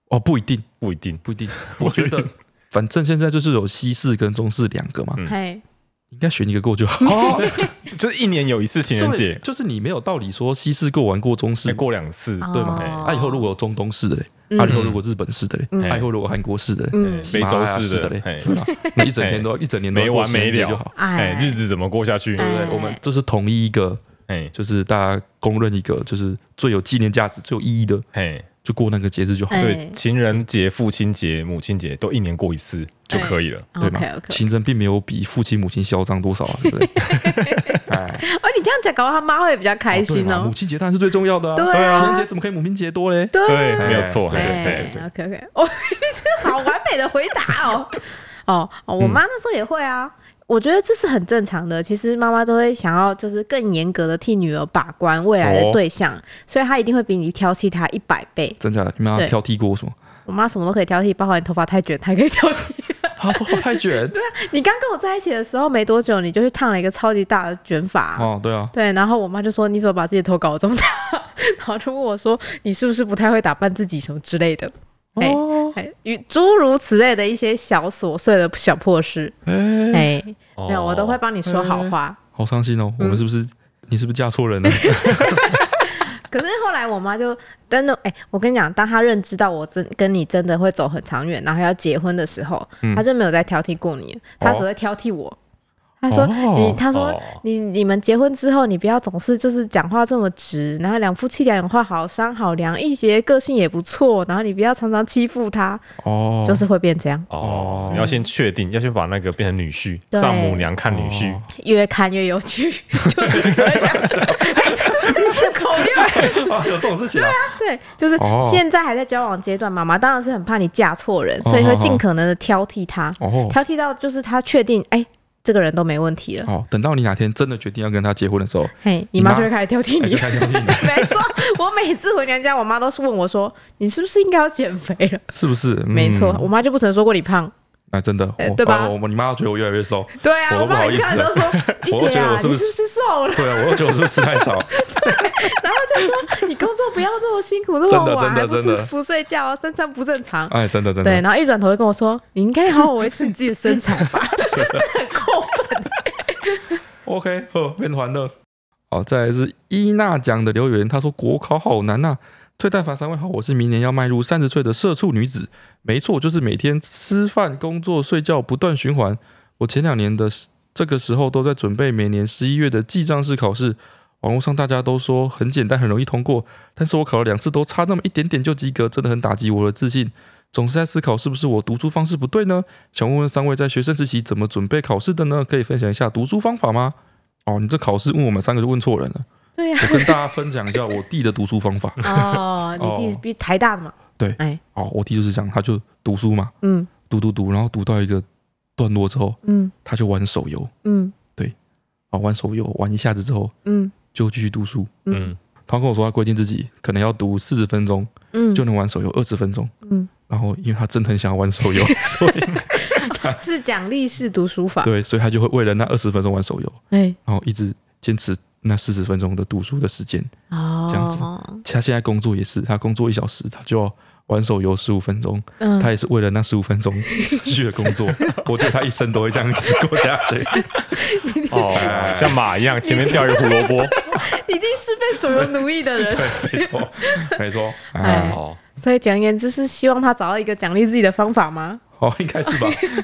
[SPEAKER 2] 哦，不一定，
[SPEAKER 3] 不一定。
[SPEAKER 2] 不 一定。我觉得，反正现在就是有西式跟中式两个嘛，
[SPEAKER 3] 嗯
[SPEAKER 1] 嘿，
[SPEAKER 2] 应该选一个过就好。
[SPEAKER 3] 哦，就是一年有一次 情人
[SPEAKER 2] 对，
[SPEAKER 3] 节，
[SPEAKER 2] 就是你没有道理说西式过完过中式
[SPEAKER 3] 哎，，过两次，哎
[SPEAKER 1] 哦
[SPEAKER 2] 对嘛？
[SPEAKER 1] 哦
[SPEAKER 2] 啊，以后如果有中东式的嘞，
[SPEAKER 1] 嗯
[SPEAKER 2] 啊，以后如果日本式的嘞，
[SPEAKER 1] 嗯
[SPEAKER 2] 啊，以后如果韩国式的嘞，
[SPEAKER 1] 嗯
[SPEAKER 3] 哎哎，非洲
[SPEAKER 2] 式
[SPEAKER 3] 式
[SPEAKER 2] 的
[SPEAKER 3] 的
[SPEAKER 2] 嘞，
[SPEAKER 3] 哎
[SPEAKER 2] 对吧？ 你一整天都要一整年都要
[SPEAKER 3] 没
[SPEAKER 2] 过
[SPEAKER 3] 完
[SPEAKER 2] 情人
[SPEAKER 3] 没
[SPEAKER 2] 节
[SPEAKER 3] 了
[SPEAKER 2] 就好。
[SPEAKER 3] 哎，日子怎么过下去？
[SPEAKER 1] 哎
[SPEAKER 2] 对，我们就是统一一个，
[SPEAKER 3] 哎
[SPEAKER 2] 就是大家公认一个，就是最有纪念价值、最有意义的，
[SPEAKER 3] 哎，
[SPEAKER 2] 就过那个节日就好，
[SPEAKER 1] 哎
[SPEAKER 3] 对，情人节、父亲节、母亲节都一年过一次就可以了。
[SPEAKER 2] 对吗
[SPEAKER 1] OK OK，
[SPEAKER 2] 情人并没有比父亲母亲嚣张多少啊，对不对？哎，
[SPEAKER 1] 哦，你这样讲，搞不好他妈会比较开心
[SPEAKER 2] 啊对嘛
[SPEAKER 1] 哦
[SPEAKER 2] 母。亲节当然是最重要的啊，
[SPEAKER 1] 对啊
[SPEAKER 2] 情人节怎么可以母亲节多嘞？
[SPEAKER 3] 对，没有错。
[SPEAKER 2] 对
[SPEAKER 3] 哎对对，
[SPEAKER 1] o k OK，哦， 你这个好完美的回答哦。哦哦，我妈那时候也会啊。我觉得这是很正常的，其实妈妈都会想要就是更严格的替女儿把关未来的对象，所以她一定会比你挑剔她一百倍。
[SPEAKER 2] 真假的？你们要
[SPEAKER 1] 对
[SPEAKER 2] 挑剔过我什么？
[SPEAKER 1] 我妈什么都可以挑剔，包括你头发太卷，她也可以挑剔。
[SPEAKER 2] 啊，头发太卷
[SPEAKER 1] 你刚跟我在一起的时候没多久，你就去烫了一个超级大的卷发，
[SPEAKER 2] 哦，对啊，
[SPEAKER 1] 对，然后我妈就说你怎么把自己的头搞得这么大， 然后就问我说你是不是不太会打扮自己什么之类的，哎、
[SPEAKER 2] 哦，
[SPEAKER 1] 哎，与诸如此类的一些小琐碎的小破事，
[SPEAKER 2] 哎，
[SPEAKER 1] 哎、
[SPEAKER 3] 哦
[SPEAKER 1] 没有，我都会帮你说好话。
[SPEAKER 2] 好伤心哦，我们是不是？你是不是嫁错人 了？
[SPEAKER 1] 可是后来我妈就真的，哎、我跟你讲，当她认知到我真跟你真的会走很长远，然后要结婚的时候，
[SPEAKER 2] 嗯
[SPEAKER 1] 她就没有再挑剔过你了，她只会挑剔我。她说：“
[SPEAKER 2] 哦
[SPEAKER 1] 你，她说、
[SPEAKER 3] 哦
[SPEAKER 1] 你你们结婚之后，你不要总是就是讲话这么直，然后两夫妻俩讲话好商好量，一杰个性也不错，然后你不要常常欺负他，
[SPEAKER 2] 哦，
[SPEAKER 1] 就是会变这样，
[SPEAKER 3] 哦，你要先确定，要先把那个变成女婿，
[SPEAKER 1] 对
[SPEAKER 3] 丈母娘看女婿
[SPEAKER 2] 哦。
[SPEAKER 1] 越看越有趣， 就是这样。 哎这是口溜。”
[SPEAKER 2] 啊，有这种事情啊？
[SPEAKER 1] 对，就是
[SPEAKER 2] 哦
[SPEAKER 1] 现在还在交往阶段，妈妈当然是很怕你嫁错人，所以会尽可能的挑剔他，
[SPEAKER 2] 哦
[SPEAKER 1] 挑剔到就是他确定，哎、这个人都没问题了，
[SPEAKER 2] 哦，等到你哪天真的决定要跟他结婚的时候，
[SPEAKER 1] 嘿，
[SPEAKER 2] 你
[SPEAKER 1] 你妈
[SPEAKER 2] 妈
[SPEAKER 1] 就会开始挑剔
[SPEAKER 2] 哎
[SPEAKER 1] 你
[SPEAKER 2] 就。开始挑 剔你，
[SPEAKER 1] 没错，我每次回娘家，我妈都是问我说：“你是不是应该要减肥了
[SPEAKER 2] 是不是？？”嗯
[SPEAKER 1] 没错，我妈就不曾说过你胖。
[SPEAKER 2] 啊，真的
[SPEAKER 1] 哎，
[SPEAKER 2] 我
[SPEAKER 1] 对吧
[SPEAKER 2] 哦我你妈觉得我越来越瘦，
[SPEAKER 1] 对啊，我
[SPEAKER 2] 我都不
[SPEAKER 1] 妈
[SPEAKER 2] 好
[SPEAKER 1] 每
[SPEAKER 2] 意
[SPEAKER 1] 次看
[SPEAKER 2] 思
[SPEAKER 1] 都说：“玉
[SPEAKER 2] 我都
[SPEAKER 1] 姐
[SPEAKER 2] 觉得
[SPEAKER 1] 啊
[SPEAKER 2] 我，是
[SPEAKER 1] 你
[SPEAKER 2] 不
[SPEAKER 1] 是
[SPEAKER 2] 是
[SPEAKER 1] 不是瘦了
[SPEAKER 2] 对啊，我 又觉得我是不是吃太少？？”
[SPEAKER 1] 然后就说：“你工作不要这么辛苦，这
[SPEAKER 2] 真
[SPEAKER 1] 么
[SPEAKER 2] 的
[SPEAKER 1] 晚还
[SPEAKER 2] 真的
[SPEAKER 1] 不
[SPEAKER 2] 真
[SPEAKER 1] 吃
[SPEAKER 2] 的
[SPEAKER 1] 不睡觉，啊三餐不正常。”
[SPEAKER 2] 哎，真的真
[SPEAKER 1] 对，
[SPEAKER 2] 的，
[SPEAKER 1] 然后一转头就跟我说：“你应该好好维持你自己的身材 吧。”这很过分。
[SPEAKER 2] OK，呵，变团了。好，再来是伊娜讲的留言，她说国考好难呐、啊退蛋凡三位好，我是明年要迈入三十岁的社畜女子，没错，就是每天吃饭、工作、睡觉不断循环。我前两年的这个时候都在准备每年十一月的记账式考试，网络上大家都说很简单，很容易通过，但是我考了两次都差那么一点点就及格，真的很打击我的自信。总是在思考是不是我读书方式不对呢？想问问三位在学生时期怎么准备考试的呢？可以分享一下读书方法吗？哦，你这考试问我们三个就问错人了。
[SPEAKER 1] 对啊呀、
[SPEAKER 2] 我跟大家分享一下我弟的读书方法。
[SPEAKER 1] 哦，你弟是比台大的嘛？
[SPEAKER 2] 对
[SPEAKER 1] 哎，
[SPEAKER 2] 哦，我弟就是这样，他就读书嘛，
[SPEAKER 1] 嗯
[SPEAKER 2] 读读读，然后读到一个段落之后，
[SPEAKER 1] 嗯
[SPEAKER 2] 他就玩手游
[SPEAKER 1] 嗯
[SPEAKER 2] 啊，玩手游玩一下子之后
[SPEAKER 1] 嗯
[SPEAKER 2] 就继续读书。
[SPEAKER 3] 嗯，
[SPEAKER 2] 他跟我说，他规定自己可能要读四十分钟
[SPEAKER 1] 嗯，
[SPEAKER 2] 就能玩手游二十分钟，
[SPEAKER 1] 嗯
[SPEAKER 2] 然后因为他真的很想要玩手 游，所以
[SPEAKER 1] 是奖励式读书法。
[SPEAKER 2] 对，所以他就会为了那二十分钟玩手游，
[SPEAKER 1] 哎，
[SPEAKER 2] 然后一直坚持那四十分钟的读书的时间。
[SPEAKER 1] 哦，
[SPEAKER 2] 这样子他现在工作也是，他工作一小时，他就要玩手游十五分钟，
[SPEAKER 1] 嗯，
[SPEAKER 2] 他也是为了那十五 分钟持续的工作。我觉得他一生都会这样一直过下 去。嗯
[SPEAKER 3] 哦， 像马一样，前面掉一个胡萝卜，
[SPEAKER 1] 一定哎是被手游奴役的人。
[SPEAKER 2] 没错，没错。
[SPEAKER 1] 哎
[SPEAKER 2] 啊，
[SPEAKER 3] 哦，
[SPEAKER 1] 所以简而言之，是希望他找到一个奖励自己的方法吗？
[SPEAKER 2] 好，哦应该是 吧？
[SPEAKER 1] 这
[SPEAKER 2] 应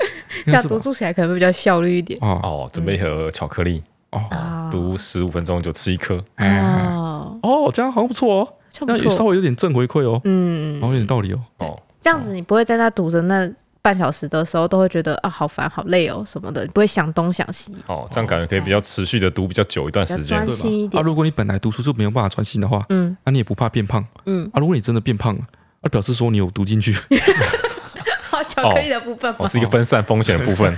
[SPEAKER 2] 该
[SPEAKER 1] 样
[SPEAKER 2] 是吧
[SPEAKER 1] 读书起来可能会比较效率一点。
[SPEAKER 2] 哦
[SPEAKER 3] 哦，准备一盒巧克力，
[SPEAKER 2] 哦
[SPEAKER 1] 啊
[SPEAKER 3] 读十五分钟就吃一颗，
[SPEAKER 2] 哎
[SPEAKER 1] 哦，
[SPEAKER 2] 哦，这样好像不错哦，
[SPEAKER 1] 这
[SPEAKER 2] 那
[SPEAKER 1] 样
[SPEAKER 2] 也
[SPEAKER 1] 不
[SPEAKER 2] 稍
[SPEAKER 1] 错。
[SPEAKER 2] 微有点正回馈哦，
[SPEAKER 1] 嗯
[SPEAKER 2] 好，像有点道理哦。
[SPEAKER 3] 哦，
[SPEAKER 1] 这样子你不会在那读着那半小时的时候都会觉得啊好烦好累哦什么的，你不会想东想西，
[SPEAKER 3] 哦，这样感觉可以比较持续的读比较久一段
[SPEAKER 1] 比较
[SPEAKER 3] 时间
[SPEAKER 1] 专，心一
[SPEAKER 2] 啊，
[SPEAKER 1] 点。
[SPEAKER 2] 如果你本来读书就没有办法专心的话，
[SPEAKER 1] 嗯
[SPEAKER 2] 那你也不怕变胖
[SPEAKER 1] 嗯，
[SPEAKER 2] 啊？如果你真的变胖了，那表示说你有读进去，
[SPEAKER 1] 好，巧克力的部分
[SPEAKER 3] 哦，
[SPEAKER 1] 吗？
[SPEAKER 3] 是一个分散风险的部分。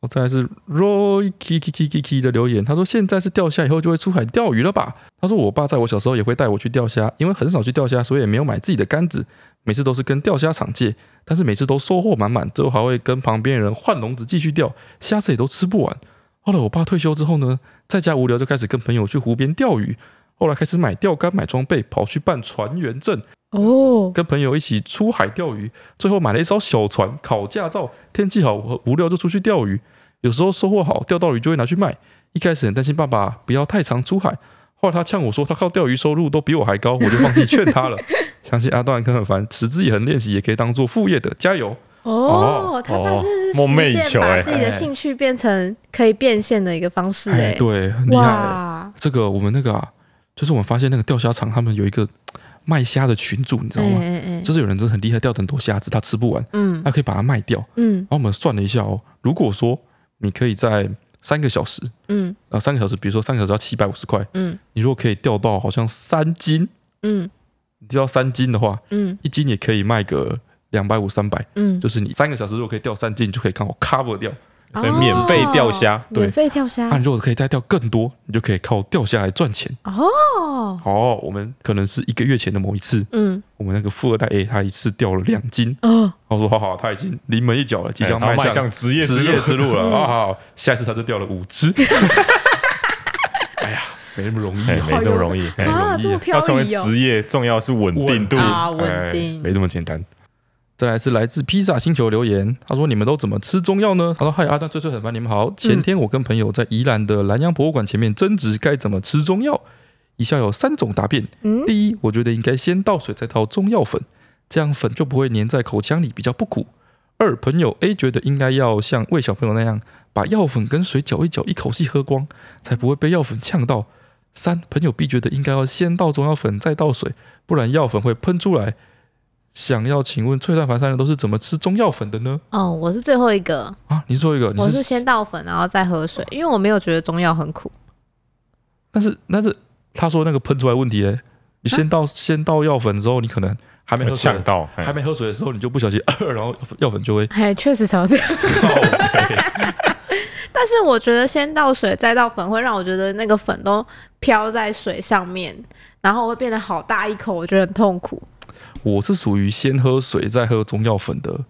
[SPEAKER 2] 哦，再来是 Roy K K K K K 的留言，他说现在是钓虾，以后就会出海钓鱼了吧？他说我爸在我小时候也会带我去钓虾，因为很少去钓虾，所以也没有买自己的杆子，每次都是跟钓虾场借，但是每次都收获满满，最后还会跟旁边人换笼子继续钓，虾子也都吃不完。后来我爸退休之后呢，在家无聊就开始跟朋友去湖边钓鱼，后来开始买钓竿、买装备，跑去办船员证，
[SPEAKER 1] 哦，
[SPEAKER 2] 跟朋友一起出海钓鱼，最后买了一艘小船，考驾照。天气好无无聊就出去钓鱼，有时候收获好钓到鱼就会拿去卖。一开始很担心爸爸不要太常出海，后来他呛我说他靠钓鱼收入都比我还高，我就放弃劝他了。相信阿段跟很烦，持之以恒练习也可以当做副业的，加油！
[SPEAKER 1] 哦
[SPEAKER 2] 哦，
[SPEAKER 1] 他爸真的是
[SPEAKER 3] 梦寐以
[SPEAKER 1] 实现
[SPEAKER 3] 求
[SPEAKER 1] 把
[SPEAKER 3] 哎
[SPEAKER 1] 自己的兴趣变成可以变现的一个方式哎，
[SPEAKER 2] 对，很厉害。
[SPEAKER 1] 哇，哎
[SPEAKER 2] 这个我们那个啊，就是我们发现那个钓虾场他们有一个卖虾的群主，你知
[SPEAKER 1] 哎
[SPEAKER 2] 道吗？
[SPEAKER 1] 哎哎，
[SPEAKER 2] 就是有啊人真的很厉害，钓很多虾子，他吃不完，
[SPEAKER 1] 嗯
[SPEAKER 2] 他可以把它卖掉。
[SPEAKER 1] 嗯
[SPEAKER 2] 然后我们算了一下哦，如果说你可以在三个小时
[SPEAKER 1] 嗯
[SPEAKER 2] 啊，三个小时，比如说三个小时要七百五十块，
[SPEAKER 1] 嗯
[SPEAKER 2] 你如果可以钓到好像三斤，
[SPEAKER 1] 嗯
[SPEAKER 2] 你钓到三斤的话，
[SPEAKER 1] 嗯
[SPEAKER 2] 一斤也可以卖个两百五、三百，
[SPEAKER 1] 嗯，
[SPEAKER 2] 就是你三个小时如果可以钓三斤，你就可以刚好 cover 掉。
[SPEAKER 3] 对，免费钓虾，
[SPEAKER 1] 哦，免
[SPEAKER 2] 对啊
[SPEAKER 1] 费钓虾
[SPEAKER 2] 那、你如果可以再钓更多，你就可以靠钓虾来赚钱。
[SPEAKER 1] 哦，
[SPEAKER 2] 哦，我们可能是一个月前的某一次，
[SPEAKER 1] 嗯
[SPEAKER 2] 我们那个富二代 A 他一次钓了两斤，
[SPEAKER 1] 哦，
[SPEAKER 2] 他说：“哈哈，他已经临门一脚了， 即
[SPEAKER 3] 哎
[SPEAKER 2] 将
[SPEAKER 3] 他迈
[SPEAKER 2] 迈
[SPEAKER 3] 向职业之
[SPEAKER 2] 职
[SPEAKER 3] 路
[SPEAKER 2] 业之 路
[SPEAKER 1] 嗯
[SPEAKER 2] 了啊！好下一次他就掉了五只。哎呀，没那么容易
[SPEAKER 3] 哎，
[SPEAKER 2] 啊，
[SPEAKER 3] 没这么容易，哎
[SPEAKER 1] 啊，
[SPEAKER 2] 容易
[SPEAKER 1] 这么漂
[SPEAKER 3] 要成为
[SPEAKER 1] 移哦，
[SPEAKER 3] 职业，重要是稳定度。
[SPEAKER 1] 啊，稳
[SPEAKER 2] 哎
[SPEAKER 1] 定，
[SPEAKER 2] 没这么简单。再来是来自披萨星球留言，他说：“你们都怎么吃中药呢？”他说：“嗨，阿段最最很烦你们好。前天我跟朋友在宜兰的南洋博物馆前面争执该怎么吃中药，以下有三种答辩。
[SPEAKER 1] 嗯
[SPEAKER 2] 第一，我觉得应该先倒水再倒中药粉，这样粉就不会粘在口腔里，比较不苦。二，朋友 A 觉得应该要像喂小朋友那样，把药粉跟水搅一搅，一口气喝光，才不会被药粉呛到。三，朋友 B 觉得应该要先倒中药粉再倒水，不然药粉会喷出来。想要请问翠蛋凡三人都是怎么吃中药粉的呢？
[SPEAKER 1] 哦，我是最后一个，
[SPEAKER 2] 啊，你说一个，你
[SPEAKER 1] 我是先倒粉，然后再喝水，因为我没有觉得中药很苦。。
[SPEAKER 2] 但是但是他说那个喷出来问题、欸，你先倒、先倒药粉之后，你可能还没
[SPEAKER 3] 有
[SPEAKER 2] 喝水
[SPEAKER 3] 呛到，哎
[SPEAKER 2] 还没喝水的时候，你就不小心， 呃然后药粉就会
[SPEAKER 1] 哎，确实少这样， 但是我觉得先倒水再倒粉会让我觉得那个粉都飘在水上面，然后会变得好大一口，我觉得很痛苦。
[SPEAKER 2] 我是属于先喝水再喝中药粉的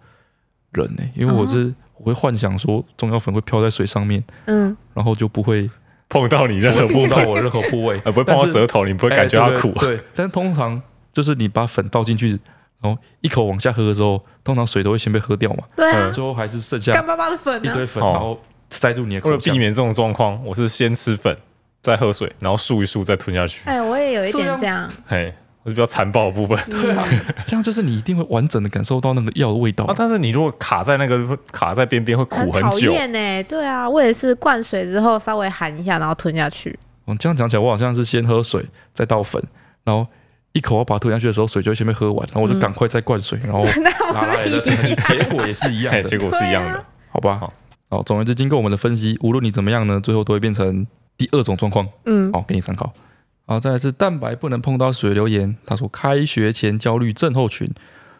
[SPEAKER 2] 人呢、因为我是、
[SPEAKER 1] 啊
[SPEAKER 2] 我会幻想说中药粉会飘在水上面，
[SPEAKER 1] 嗯，
[SPEAKER 2] 然后就不 会
[SPEAKER 3] 碰到你任何部
[SPEAKER 2] 碰到
[SPEAKER 3] 分，
[SPEAKER 2] 我任何部位，
[SPEAKER 3] 呃，不会碰到
[SPEAKER 2] 但是
[SPEAKER 3] 舌头，你 不
[SPEAKER 2] 我
[SPEAKER 3] 会感觉到苦。
[SPEAKER 2] 对，但是通常就是你把粉倒进去，然后一口往下喝的时候，通常水都会先被喝掉嘛，
[SPEAKER 1] 对啊
[SPEAKER 3] 嗯，
[SPEAKER 2] 最后还是剩
[SPEAKER 1] 干
[SPEAKER 2] 下
[SPEAKER 1] 巴巴的粉啊
[SPEAKER 2] 一
[SPEAKER 1] 呢、
[SPEAKER 2] 堆粉，
[SPEAKER 3] 哦
[SPEAKER 2] 然后塞住你的
[SPEAKER 3] 为了
[SPEAKER 2] 口
[SPEAKER 3] 避
[SPEAKER 2] 腔。
[SPEAKER 3] 免这种状况，我是先吃粉，再喝水，然后漱一漱，再吞下去。
[SPEAKER 1] 哎，我也有一点
[SPEAKER 2] 这样
[SPEAKER 1] 这样，
[SPEAKER 3] 嘿，我是比较残暴的部分。
[SPEAKER 1] 嗯
[SPEAKER 2] 对啊，这样就是你一定会完整的感受到那个药的味道
[SPEAKER 3] 啊，。但是你如果卡在那个卡在边边，会苦很
[SPEAKER 1] 讨
[SPEAKER 3] 久。
[SPEAKER 1] 厌呢。对啊，我也是灌水之后稍微含一下，然后吞下去。
[SPEAKER 2] 嗯，这样讲起来，我好像是先喝水，再倒粉，然后一口要把它吞下去的时候，水就会先被喝完，然后我就赶快再灌水，然后
[SPEAKER 1] 那
[SPEAKER 2] 拉
[SPEAKER 1] 我
[SPEAKER 2] 来
[SPEAKER 1] 是
[SPEAKER 2] 的
[SPEAKER 1] 一样，
[SPEAKER 2] 结果也是一样
[SPEAKER 3] 哎，
[SPEAKER 2] 的
[SPEAKER 3] 结。果是一样
[SPEAKER 1] 对
[SPEAKER 3] 的
[SPEAKER 1] 啊。
[SPEAKER 2] 好吧，
[SPEAKER 3] 好
[SPEAKER 2] 好，总而言之，经过我们的分析，无论你怎么样呢，最后都会变成第二种状况，
[SPEAKER 1] 嗯，
[SPEAKER 2] 好，给你参考。好，再来是蛋白不能碰到水留言，他说开学前焦虑症候群。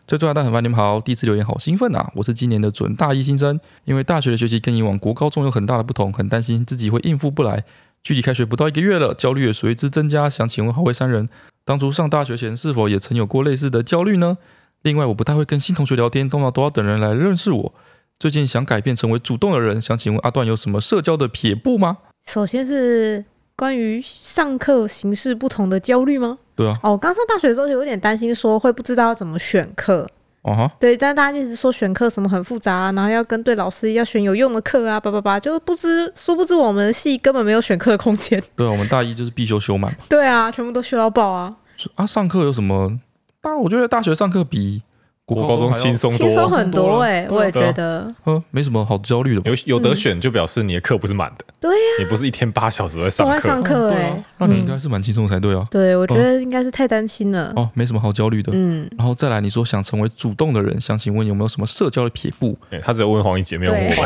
[SPEAKER 2] 最重要的很烦你们好，第一次留言好兴奋啊！我是今年的准大一新生，因为大学的学习跟以往国高中有很大的不同，很担心自己会应付不来。距离开学不到一个月了，焦虑也随之增加。想请问浩威三人，当初上大学前是否也曾有过类似的焦虑呢？另外，我不太会跟新同学聊天，通常都要等人来认识我。最近想改变成为主动的人，想请问阿段有什么社交的撇步吗？
[SPEAKER 1] 首先是关于上课形式不同的焦虑吗？
[SPEAKER 2] 对啊，
[SPEAKER 1] 哦，我刚上大学的时候有点担心，说会不知道怎么选课。
[SPEAKER 2] 哦哈，
[SPEAKER 1] 对，但大家一直说选课什么很复杂、啊，然后要跟对老师，要选有用的课啊，叭叭叭，就是不知殊不知我们系根本没有选课的空间。
[SPEAKER 2] 对啊，我们大一就是必修修满嘛
[SPEAKER 1] 对啊，全部都学到爆啊，
[SPEAKER 2] 啊。上课有什么？大，我觉得大学上课比
[SPEAKER 3] 国高中
[SPEAKER 2] 还要
[SPEAKER 3] 轻松
[SPEAKER 1] 轻松
[SPEAKER 3] 多，
[SPEAKER 1] 很多哎、
[SPEAKER 2] 多
[SPEAKER 1] 我也
[SPEAKER 3] 对啊
[SPEAKER 1] 觉得。
[SPEAKER 2] 嗯，没什么好焦虑的吧。
[SPEAKER 3] 有有得选就表示你的课不是满的，
[SPEAKER 1] 对啊
[SPEAKER 3] 呀，你不是一天八小时在上
[SPEAKER 1] 都在上
[SPEAKER 3] 课
[SPEAKER 1] 很，克
[SPEAKER 2] 对
[SPEAKER 1] 欸
[SPEAKER 2] 啊，那你应
[SPEAKER 1] 嗯
[SPEAKER 2] 该是蛮轻松才对啊。
[SPEAKER 1] 对，我觉得应该是太担心了。
[SPEAKER 2] 哦，没什么好焦虑的。
[SPEAKER 1] 嗯，
[SPEAKER 2] 然后再来，你说想成为主动的人，想请问有没有什么社交的撇步？
[SPEAKER 3] 对他只有问黄奕姐，没有问
[SPEAKER 1] 对，因
[SPEAKER 3] 我。
[SPEAKER 1] 为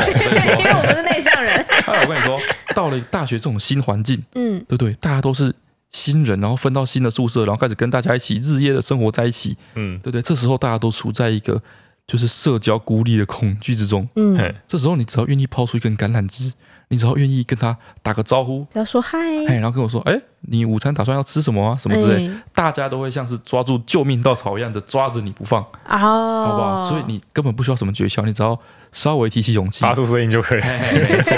[SPEAKER 1] 我们是内向人。
[SPEAKER 2] 哎，我跟你说，到了大学这种新环境，
[SPEAKER 1] 嗯，
[SPEAKER 2] 对不对？大家都是新人，然后分到新的宿舍，然后开始跟大家一起日夜的生活在一起，
[SPEAKER 3] 嗯，
[SPEAKER 2] 对不对？这时候大家都处在一个就是社交孤立的恐惧之中。
[SPEAKER 1] 嗯，
[SPEAKER 3] 嘿
[SPEAKER 2] 这时候你只要愿意抛出一根橄榄枝，你只要愿意跟他打个招呼，
[SPEAKER 1] 只要说嗨，
[SPEAKER 2] 哎，然后跟我说，哎，你午餐打算要吃什么啊？什么之类，
[SPEAKER 1] 哎
[SPEAKER 2] 大家都会像是抓住救命稻草一样的抓着你不放，
[SPEAKER 1] 哦，
[SPEAKER 2] 好
[SPEAKER 1] 好
[SPEAKER 2] 不好？所以你根本不需要什么诀窍，你只要稍微提起勇气
[SPEAKER 3] 发，出声音就可以。
[SPEAKER 2] 哎没错，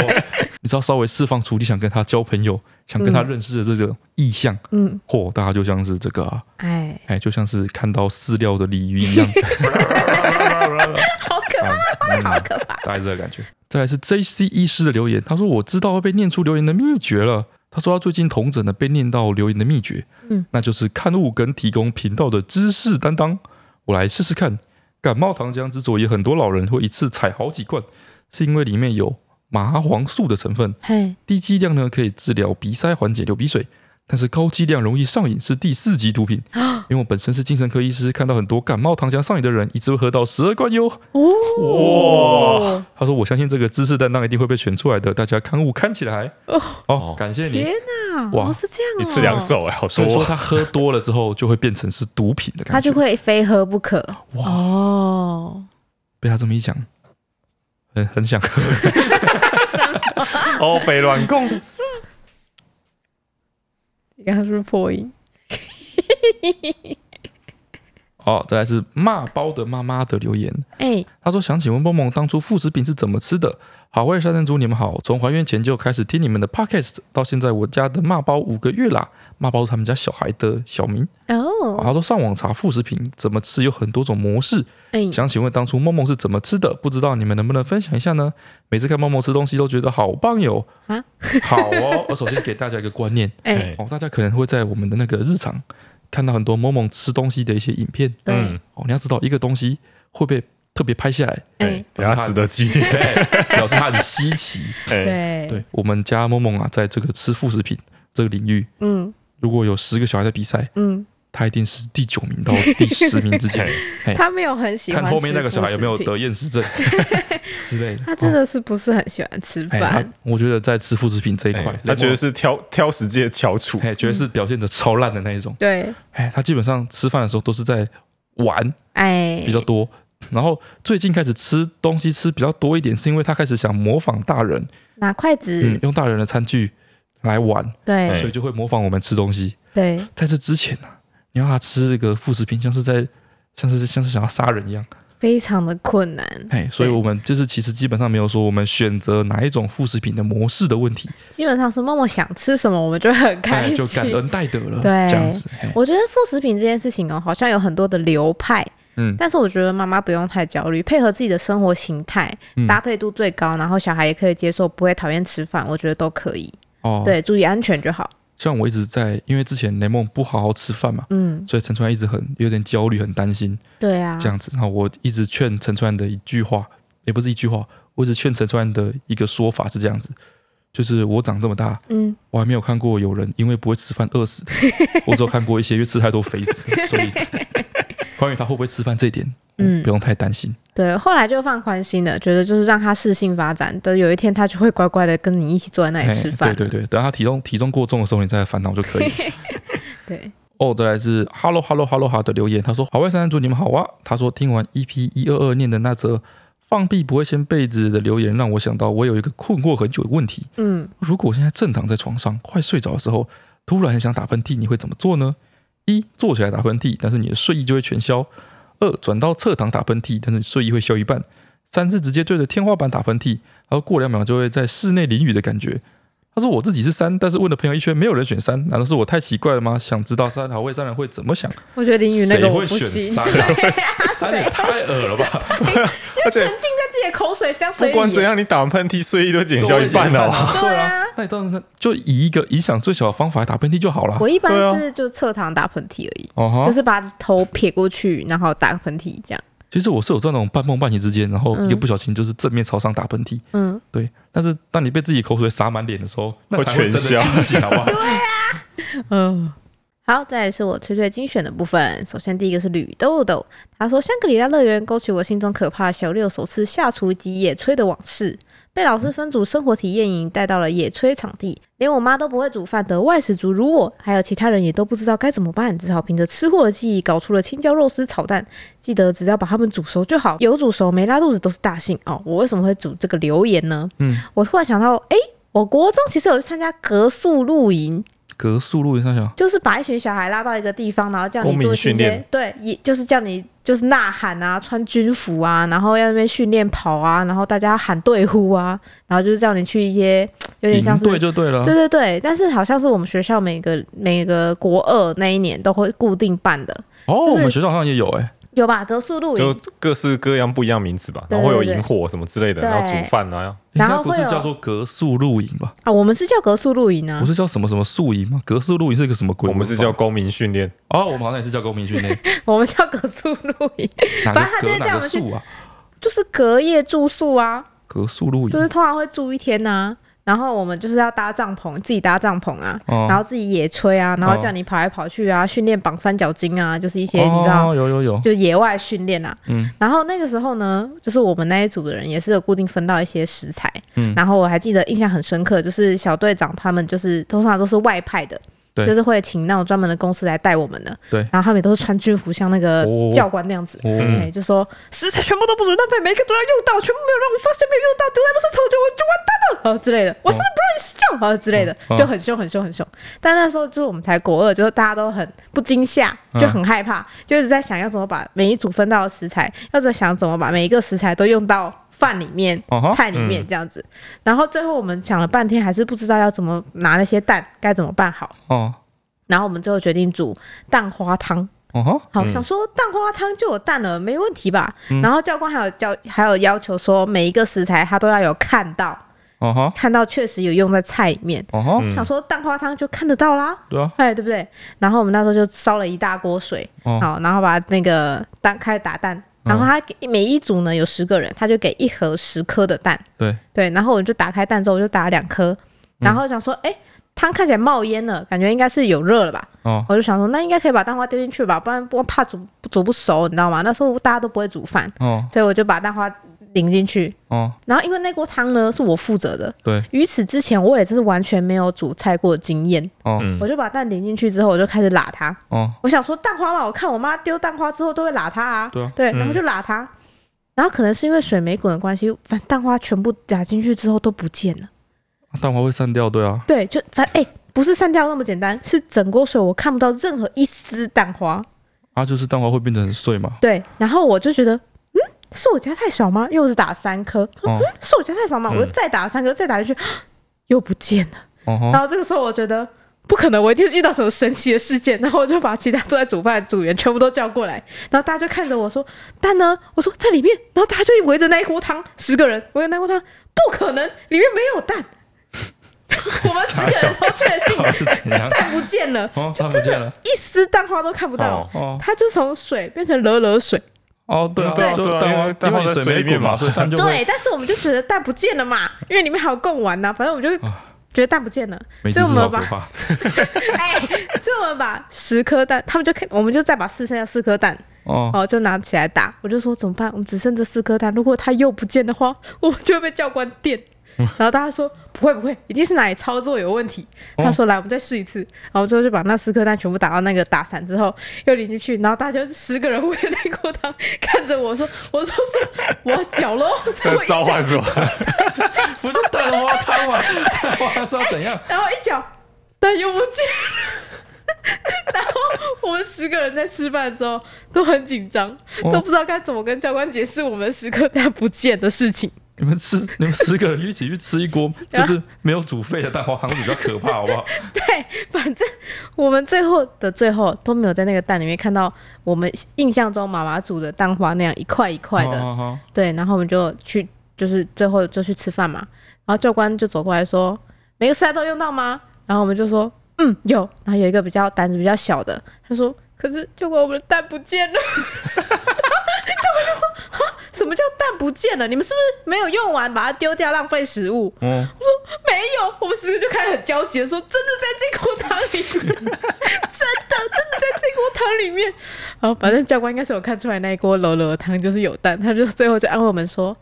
[SPEAKER 2] 你只要稍微释放出你想跟他交朋友、想跟他认识的这个意向，
[SPEAKER 1] 嗯，
[SPEAKER 2] 嚯、大家就像是这个、啊，
[SPEAKER 1] 哎，
[SPEAKER 2] 哎，就像是看到饲料的鲤鱼一 样，
[SPEAKER 1] 好可怕，
[SPEAKER 2] 嗯
[SPEAKER 1] 好可怕。
[SPEAKER 2] 大概是这个感觉。再来是 J C 医师的留言，他说我知道会被念出留言的秘诀了。他说他最近同诊呢被念到留言的秘诀，
[SPEAKER 1] 嗯，
[SPEAKER 2] 那就是刊物跟提供频道的知识担当。我来试试看。感冒糖浆之所以很多老人会一次采好几罐，是因为里面有麻黄素的成分，
[SPEAKER 1] 嘿，
[SPEAKER 2] 低剂量呢可以治疗鼻塞，缓解流鼻水，但是高剂量容易上瘾，是第四级毒品。因为我本身是精神科医师，看到很多感冒糖浆上瘾的人，一次会喝到十二罐哟。
[SPEAKER 1] 哦，
[SPEAKER 2] 他说：“我相信这个知识担当一定会被选出来的，大家刊物看起来。”
[SPEAKER 1] 哦
[SPEAKER 2] 哦，感谢你
[SPEAKER 1] 天。哪，
[SPEAKER 2] 哇
[SPEAKER 1] 哦是这样哦，
[SPEAKER 3] 一次两，手哎，好
[SPEAKER 2] 所
[SPEAKER 3] 多
[SPEAKER 2] 以说
[SPEAKER 3] 哦。
[SPEAKER 2] 他喝多了之后就会变成是毒品的感觉，
[SPEAKER 1] 他就会非喝不可。
[SPEAKER 2] 哇
[SPEAKER 1] 哦，
[SPEAKER 2] 被他这么一讲，很很想喝。
[SPEAKER 3] 哦，北软共
[SPEAKER 1] 你刚刚是不是破音？
[SPEAKER 2] 哦，再来是骂包的妈妈的留言，
[SPEAKER 1] 哎，
[SPEAKER 2] 他说：“想请问蹦蹦当初副食品是怎么吃的？”好味三珍珠，你们好，从怀孕前就开始听你们的 podcast，到现在我家的骂包五个月啦，骂包是他们家小孩的小名。
[SPEAKER 1] 哦，
[SPEAKER 2] 他说上网查副食品怎么吃有很多种模式，
[SPEAKER 1] 哎，
[SPEAKER 2] 想请问当初梦梦是怎么吃的？不知道你们能不能分享一下呢？每次看梦梦吃东西都觉得好棒哟！
[SPEAKER 1] 啊，
[SPEAKER 2] 好哦。 我首先给大家一个观念
[SPEAKER 1] 哎，
[SPEAKER 2] 哦，大家可能会在我们的那个日常看到很多梦梦吃东西的一些影片
[SPEAKER 1] 对，
[SPEAKER 3] 嗯，
[SPEAKER 2] 哦。你要知道，一个东西会被特别拍下来，
[SPEAKER 1] 哎
[SPEAKER 3] 哎，，等下值得纪念。
[SPEAKER 2] 表示它很稀奇。
[SPEAKER 3] 哎，
[SPEAKER 1] 对，
[SPEAKER 2] 对，我们家梦梦啊，在这个吃副食品这个领域，
[SPEAKER 1] 嗯
[SPEAKER 2] 如果有十个小孩在比赛，
[SPEAKER 1] 嗯，
[SPEAKER 2] 他一定是第九名到第十名之间。哎
[SPEAKER 1] 他没有很 喜欢
[SPEAKER 2] 看后面
[SPEAKER 1] 吃
[SPEAKER 2] 那个小孩有没有
[SPEAKER 1] 副食
[SPEAKER 2] 得
[SPEAKER 1] 品，
[SPEAKER 2] 厌 食症之类的。
[SPEAKER 1] 他真的是不是很喜欢吃
[SPEAKER 2] 哎，他
[SPEAKER 1] 饭。
[SPEAKER 2] 我觉得在吃副食品这一块
[SPEAKER 3] 哎，他觉得是挑挑食界翘楚。
[SPEAKER 2] 哎，觉得是表现的超烂的那一种。
[SPEAKER 1] 对，
[SPEAKER 2] 哎，他基本上吃饭的时候都是在玩
[SPEAKER 1] 哎，
[SPEAKER 2] 比较多，然后最近开始吃东西吃比较多一点，是因为他开始想模仿大人，
[SPEAKER 1] 拿筷
[SPEAKER 2] 嗯哎
[SPEAKER 1] 子，，
[SPEAKER 2] 用大人的餐具来玩，
[SPEAKER 3] 哎
[SPEAKER 1] 对
[SPEAKER 2] 所以就会模仿我们吃东西。
[SPEAKER 1] 对，
[SPEAKER 2] 在这之前呢、啊你要他吃这个副食品，像是在像是像是想要杀人一样。
[SPEAKER 1] 非常的困难，
[SPEAKER 2] 哎，所以
[SPEAKER 1] 对
[SPEAKER 2] 我们就是其实基本上没有说我们选择哪一种副食品的模式的问题，
[SPEAKER 1] 基本上是默默想吃什么，我们就会很开
[SPEAKER 2] 哎，
[SPEAKER 1] 心。
[SPEAKER 2] 就感恩戴德了，
[SPEAKER 1] 对
[SPEAKER 2] 这样子。哎
[SPEAKER 1] 我觉得副食品这件事情哦，好像有很多的流派，
[SPEAKER 2] 嗯
[SPEAKER 1] 但是我觉得妈妈不用太焦虑，配合自己的生活形态，
[SPEAKER 2] 嗯
[SPEAKER 1] 搭配度最高，然后小孩也可以接受，不会讨厌吃饭，我觉得都可以。
[SPEAKER 2] 哦，，
[SPEAKER 1] 对，注意安全就好。
[SPEAKER 2] 像我一直在，因为之前雷梦不好好吃饭嘛，
[SPEAKER 1] 嗯，
[SPEAKER 2] 所以陈川一直很有点焦虑，很担心
[SPEAKER 1] 对啊，
[SPEAKER 2] 这样子。然后我一直劝陈川的一句话，也不是一句话，我一直劝陈川的一个说法是这样子，就是我长这么大，
[SPEAKER 1] 嗯，
[SPEAKER 2] 我还没有看 过有人因为不会吃饭饿死的，我只有看过一些因为吃太多肥死的，所以 关于他会不会吃饭这一点，
[SPEAKER 1] 嗯
[SPEAKER 2] 不用太担心。
[SPEAKER 1] 对，后来就放宽心了，觉得就是让他适性发展，等有一天他就会乖乖的跟你一起坐在那里
[SPEAKER 2] 哎
[SPEAKER 1] 吃饭。啊
[SPEAKER 2] 对对对，等他体重体重过重的时候，你再来烦恼就可以了。
[SPEAKER 1] 对
[SPEAKER 2] 哦，再来是 Hello Hello Hello 哈的留言，他说：“好外山族你们好啊。”他说：“听完 EP 一二二念的那则放屁不会掀被子的留言，让我想到我有一个困惑很久的问题：
[SPEAKER 1] 嗯，
[SPEAKER 2] 如果我现在正躺在床上快睡着的时候，突然很想打喷嚏，你会怎么做呢？一坐起来打喷嚏，但是你的睡意就会全消；二转到侧躺打喷嚏，但是你睡意会消一半；三是直接对着天花板打喷嚏，然后过两秒就会在室内淋雨的感觉。他说我自己是三，但是问了朋友一圈，没有人选三，难道是我太奇怪了吗？想知道三好味三人会怎么想？
[SPEAKER 1] 我觉得淋雨那
[SPEAKER 2] 谁
[SPEAKER 1] 个我
[SPEAKER 2] 会
[SPEAKER 1] 不
[SPEAKER 2] 选
[SPEAKER 1] 行，
[SPEAKER 2] 三
[SPEAKER 1] 对
[SPEAKER 2] 啊
[SPEAKER 1] 啊，
[SPEAKER 2] 三也
[SPEAKER 1] 谁
[SPEAKER 2] 太恶了吧！
[SPEAKER 3] 而
[SPEAKER 1] 沉
[SPEAKER 3] 且
[SPEAKER 1] 浸在自己的口水香
[SPEAKER 3] 不
[SPEAKER 1] 水里耶？
[SPEAKER 3] 管怎样，你打完喷嚏睡意都减掉一半了、啊。
[SPEAKER 1] 对啊，
[SPEAKER 2] 那你当时就以一个影响最小的方法来打喷嚏就好了
[SPEAKER 1] 我。一
[SPEAKER 3] 对
[SPEAKER 1] 般
[SPEAKER 3] 啊
[SPEAKER 1] 是就侧躺打喷嚏而已，
[SPEAKER 2] 哦哈，
[SPEAKER 1] 就是把头撇过去，然后打个喷嚏这样。
[SPEAKER 2] 其实我是有这种半梦半醒之间，然后
[SPEAKER 1] 嗯
[SPEAKER 2] 一个不小心就是正面朝上打喷嚏，
[SPEAKER 1] 嗯，
[SPEAKER 2] 对。但是当你被自己口水洒满脸的时候，那
[SPEAKER 3] 会
[SPEAKER 2] 才会真的
[SPEAKER 3] 全消
[SPEAKER 2] 清醒，好不好？
[SPEAKER 1] 嗯，好，再来是我推推精选的部分。首先第一个是吕豆豆，他说香格里拉乐园勾起我心中可怕小六首次下厨及野炊的往事。被老师分组生活体验营带到了野炊场地，连我妈都不会煮饭的外食族如我，还有其他人也都不知道该怎么办，只好凭着吃货的记忆搞出了青椒肉丝炒蛋。记得只要把它们煮熟就好，有煮熟没拉肚子都是大幸哦。我为什么会煮这个留言呢？
[SPEAKER 2] 嗯，
[SPEAKER 1] 我突然想到，诶，我国中其实有去参加格宿露营，
[SPEAKER 2] 格速路上想，
[SPEAKER 1] 就是把一群小孩拉到一个地方，然后叫你
[SPEAKER 3] 公民
[SPEAKER 1] 做一些
[SPEAKER 3] 训练
[SPEAKER 1] 对，也就是叫你就是呐喊啊，穿军服啊，然后要那边训练跑啊，然后大家喊队呼啊，然后就是叫你去一些有点像
[SPEAKER 2] 赢
[SPEAKER 1] 是
[SPEAKER 2] 对就对了。
[SPEAKER 1] 对对对，但是好像是我们学校每个每个国二那一年都会固定办的，
[SPEAKER 2] 哦，
[SPEAKER 1] 就是
[SPEAKER 2] 我们学校好像也有哎，
[SPEAKER 1] 有吧？格宿露
[SPEAKER 3] 就
[SPEAKER 1] 营，
[SPEAKER 3] 各式各样不一样名字吧，
[SPEAKER 1] 对
[SPEAKER 3] 然后会有萤火什么之类的，
[SPEAKER 1] 对
[SPEAKER 3] 然后煮饭啊，
[SPEAKER 2] 应
[SPEAKER 1] 然
[SPEAKER 2] 该
[SPEAKER 1] 后
[SPEAKER 2] 不是
[SPEAKER 1] 会有
[SPEAKER 2] 叫做格速露营吧？
[SPEAKER 1] 啊，我们是叫格宿露营啊
[SPEAKER 2] 不，是叫什么什么宿营吗？格速露营是一个什么鬼？
[SPEAKER 3] 我们是叫公民训练，
[SPEAKER 2] 哦，我们好像也是叫公民训 练，
[SPEAKER 1] 我们叫格宿露营，
[SPEAKER 2] 哪
[SPEAKER 1] 反正他
[SPEAKER 2] 个
[SPEAKER 1] 就
[SPEAKER 2] 格
[SPEAKER 1] 是叫我
[SPEAKER 2] 哪个
[SPEAKER 1] 们去
[SPEAKER 2] 宿啊？
[SPEAKER 1] 就是隔夜住宿啊，
[SPEAKER 2] 格速露
[SPEAKER 1] 就
[SPEAKER 2] 营
[SPEAKER 1] 是通常会住一天呐、然后我们就是要搭帐篷，自己搭帐篷啊，
[SPEAKER 2] 哦
[SPEAKER 1] 然后自己野炊啊，然后叫你跑来跑去啊，训练绑三角巾啊，就是一些、你知道
[SPEAKER 2] 哦，有有有，
[SPEAKER 1] 就野外训练啊。
[SPEAKER 2] 嗯
[SPEAKER 1] 然后那个时候呢，就是我们那一组的人也是有固定分到一些食材。
[SPEAKER 2] 嗯
[SPEAKER 1] 然后我还记得印象很深刻，就是小队长他们就是通常都是外派的。
[SPEAKER 2] 对
[SPEAKER 1] 就是会请那种专门的公司来带我们的，
[SPEAKER 2] 对
[SPEAKER 1] 然后他们也都是穿军服，像那个
[SPEAKER 2] 哦
[SPEAKER 1] 教官那样子，
[SPEAKER 2] 哦
[SPEAKER 3] 嗯
[SPEAKER 1] 哎，就说食材全部都不准浪费，每一个都要用到，全部没有让我发现没有用到，丢在垃圾桶就我就完蛋了，哦之类的，我是不让你施教，哦之类的
[SPEAKER 2] 哦，
[SPEAKER 1] 就很凶很凶很凶。但那时候就是我们才国二，就是大家都很不惊吓，
[SPEAKER 2] 嗯
[SPEAKER 1] 就很害怕，就一直在想要怎么把每一组分到的食材，要在想怎么把每一个食材都用到饭里面
[SPEAKER 2] 哦哈、
[SPEAKER 1] 菜里面这样子。然后最后我们想了半天，还是不知道要怎么拿那些蛋，该怎么办好。
[SPEAKER 2] 哦
[SPEAKER 1] 然后我们最后决定煮蛋花汤。
[SPEAKER 2] 哦哈，
[SPEAKER 1] 好，
[SPEAKER 3] 嗯
[SPEAKER 1] 想说蛋花汤就有蛋了，没问题吧？然后教官还有教还有要求说，每一个食材他都要有看到，
[SPEAKER 2] 哦哈，
[SPEAKER 1] 看到确实有用在菜里面。
[SPEAKER 2] 哦哈，
[SPEAKER 3] 嗯
[SPEAKER 1] 想说蛋花汤就看得到啦，
[SPEAKER 2] 对啊，
[SPEAKER 1] 哎，对不对？然后我们那时候就烧了一大锅水，
[SPEAKER 2] 哦
[SPEAKER 1] 好，然后把那个蛋开始打蛋，然后他给每一组呢有十个人，他就给一盒十颗的蛋，
[SPEAKER 2] 对
[SPEAKER 1] 对，然后我就打开蛋之后我就打了两颗，然后想说，哎、汤看起来冒烟了，感觉应该是有热了吧？
[SPEAKER 2] 哦
[SPEAKER 1] 我就想说，那应该可以把蛋花丢进去吧，不然不怕煮煮不熟，你知道吗？那时候大家都不会煮饭，
[SPEAKER 2] 哦
[SPEAKER 1] 所以我就把蛋花淋进去。
[SPEAKER 2] 哦，
[SPEAKER 1] 然后因为那锅汤呢是我负责的，
[SPEAKER 2] 对
[SPEAKER 1] 于此之前我也是完全没有煮菜过的经验，
[SPEAKER 2] 哦
[SPEAKER 3] 嗯
[SPEAKER 1] 我，就把蛋淋进去之后，我就开始拉它。
[SPEAKER 2] 哦
[SPEAKER 1] 我想说蛋花嘛，我看我妈丢蛋花之后都会拉它啊，
[SPEAKER 2] 对啊
[SPEAKER 1] 然后就拉它。然后可能是因为水没滚的关系，反正蛋花全部打进去之后都不见了。
[SPEAKER 2] 蛋黄会散掉，对啊，
[SPEAKER 1] 对，就反哎、不是散掉那么简单，是整锅水我看不到任何一丝蛋花。
[SPEAKER 2] 啊就是蛋黄会变得很碎嘛，
[SPEAKER 1] 对，然后我就觉得，嗯，是我加太少吗？因为我只打了三颗，
[SPEAKER 2] 哦
[SPEAKER 1] 是我加太少吗？
[SPEAKER 3] 嗯
[SPEAKER 1] 我又再打了三颗，再打进去， 又不见了。
[SPEAKER 2] 哦
[SPEAKER 1] 然
[SPEAKER 2] 哈，
[SPEAKER 1] 后这个时候我觉得。不可能！我一定是遇到什么神奇的事件， 然后我就把其他都在煮饭的组员全部都叫过来，然后大家就看着我说：“蛋呢？”我说：“在里面。”然后大家就围着那一锅汤，十个人围着那一锅汤，不可能，里面没有蛋。 我们十个人都确信
[SPEAKER 2] 到底是怎样？
[SPEAKER 1] 蛋不见了，
[SPEAKER 2] 哦，看不见了，
[SPEAKER 1] 一丝蛋花都看不到
[SPEAKER 3] 哦，
[SPEAKER 2] 哦
[SPEAKER 1] 它就从水变成惹惹水。
[SPEAKER 2] 哦，对啊，
[SPEAKER 3] 对啊
[SPEAKER 2] 就
[SPEAKER 3] 对啊因为
[SPEAKER 2] 蛋
[SPEAKER 3] 蛋
[SPEAKER 2] 黄
[SPEAKER 3] 黄
[SPEAKER 2] 因为
[SPEAKER 3] 在水
[SPEAKER 2] 水
[SPEAKER 3] 里
[SPEAKER 2] 没滚
[SPEAKER 3] 面
[SPEAKER 2] 嘛，
[SPEAKER 3] 嘛
[SPEAKER 2] 所以蛋就会
[SPEAKER 1] 对，但是我们就觉得蛋不见了嘛，因为里面还有贡丸呐、反正我们就觉得蛋不见了，
[SPEAKER 2] 没
[SPEAKER 1] 所
[SPEAKER 2] 知
[SPEAKER 1] 以
[SPEAKER 2] 识
[SPEAKER 1] 我们把
[SPEAKER 2] 好可怕，
[SPEAKER 1] 哎，所以我们把十颗蛋，他们就看，我们就再把四剩下四颗蛋
[SPEAKER 2] 哦，
[SPEAKER 1] 哦，就拿起来打。我就说怎么办？我们只剩这四颗蛋，如果它又不见的话， 我们就会被教官电。然后大家说不会不会，一定是哪里操作有问题。
[SPEAKER 2] 哦
[SPEAKER 1] 他说来，我们再试一次。然后最后就把那四颗蛋全部打到那个打散之后，又淋进去，然后大家就十个人围着那锅汤看着我说，我说是 我要搅喽，
[SPEAKER 3] 那
[SPEAKER 1] 我一
[SPEAKER 3] 召
[SPEAKER 1] 搅，
[SPEAKER 3] 唤 是吧？
[SPEAKER 2] 不是蛋花汤吗？蛋花是要怎样？
[SPEAKER 1] 然后一搅，蛋又不见了。然后我们十个人在吃饭的时候都很紧张，
[SPEAKER 2] 哦
[SPEAKER 1] 都不知道该怎么跟教官解释我们十颗蛋不见的事情。
[SPEAKER 2] 你们吃，你们十个人一起去吃一锅，
[SPEAKER 1] 啊
[SPEAKER 2] 就是没有煮沸的蛋花汤比较可怕，好不好？
[SPEAKER 1] 对，反正我们最后的最后都没有在那个蛋里面看到我们印象中妈妈煮的蛋花那样一块一块的。
[SPEAKER 2] 好好好
[SPEAKER 1] 对，然后我们就去，就是最后就去吃饭嘛。然后教官就走过来说：“每个时代都用到吗？”然后我们就说：“嗯，有。”然后有一个比较胆子比较小的，他说：“可是教官，我们的蛋不见了。” 教官就说：“哈，什么叫蛋不见了？你们是不是没有用完，把它丢掉，浪费食物？”
[SPEAKER 3] 嗯，
[SPEAKER 1] 没有，我们十个就开始很焦急的说，真的在这锅汤里面， 真的真的在这锅汤里面。然后反正教官应该是有看出来那一锅柔柔的汤就是有蛋，他就最后就啊安慰我们说，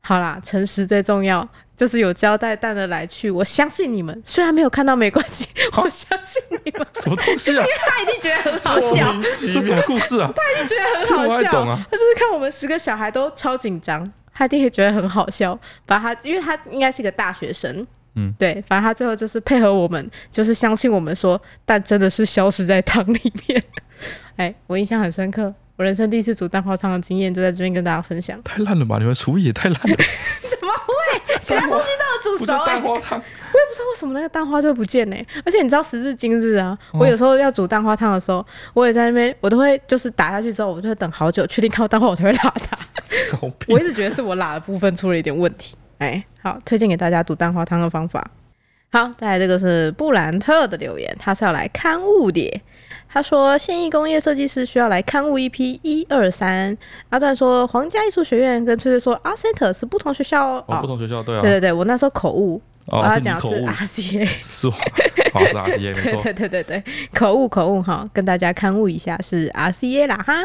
[SPEAKER 1] 好啦，诚实最重要。就是有交代蛋的来去，我相信你们。虽然没有看到没关系，我相信你们。
[SPEAKER 2] 什么东西啊？
[SPEAKER 1] 他一定觉得很 好笑，
[SPEAKER 2] 这什么故事啊？
[SPEAKER 1] 他一定觉得很好
[SPEAKER 2] 这我还
[SPEAKER 1] 笑。
[SPEAKER 2] 懂啊。
[SPEAKER 1] 他就是看我们十个小孩都超紧张，他一定会觉得很好笑。把他，因为他应该是个大学生，
[SPEAKER 3] 嗯，
[SPEAKER 1] 对，反正他最后就是配合我们，就是相信我们说，但真的是消失在汤里面。 哎，我印象很深刻，我人生第一次煮蛋花汤的经验就在这边跟大家分享
[SPEAKER 2] 太烂了吧！你们厨艺也太烂了，
[SPEAKER 1] 怎么会？ 其他东西都有煮
[SPEAKER 2] 不是
[SPEAKER 1] 熟哎、
[SPEAKER 2] 蛋花汤，
[SPEAKER 1] 我也不知道为什么那个蛋花就不见呢、而且你知道时至今日啊，我有时候要煮蛋花汤的时候，我也在那边，我都会就是打下去之后，我就会等好久，确定看到蛋花我才会拉它。
[SPEAKER 2] 狗 屁
[SPEAKER 1] 我一！直觉得是我辣的部分出了一点问题。哎，好，推荐给大家煮蛋花汤的方法。好，再来这个是布兰特的留言，他是要来刊物的。他说，现役工业设计师需要来刊物一批一二三。阿段说，皇家艺术学院跟翠翠说阿 c e n t 是不同学校哦。
[SPEAKER 2] 哦，不同学校对
[SPEAKER 1] 对
[SPEAKER 2] 啊，
[SPEAKER 1] 对对，我那时候口误，
[SPEAKER 2] 哦
[SPEAKER 1] 我要
[SPEAKER 2] 是你
[SPEAKER 1] 讲的
[SPEAKER 2] 口
[SPEAKER 1] 是
[SPEAKER 2] 误
[SPEAKER 1] RCA。
[SPEAKER 2] 是吧？好是 RCA 啊没
[SPEAKER 1] 对
[SPEAKER 2] 错。
[SPEAKER 1] 对对对对，口误口误哈，跟大家刊物一下是 RCA 啦哈。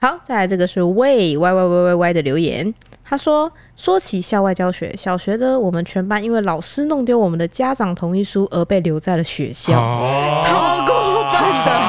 [SPEAKER 1] 好，再来这个是喂 y y y y y 的留言，他说说起校外教学，小学呢，我们全班因为老师弄丢我们的家长同意书而被留在了学校，
[SPEAKER 2] 哦
[SPEAKER 1] 超过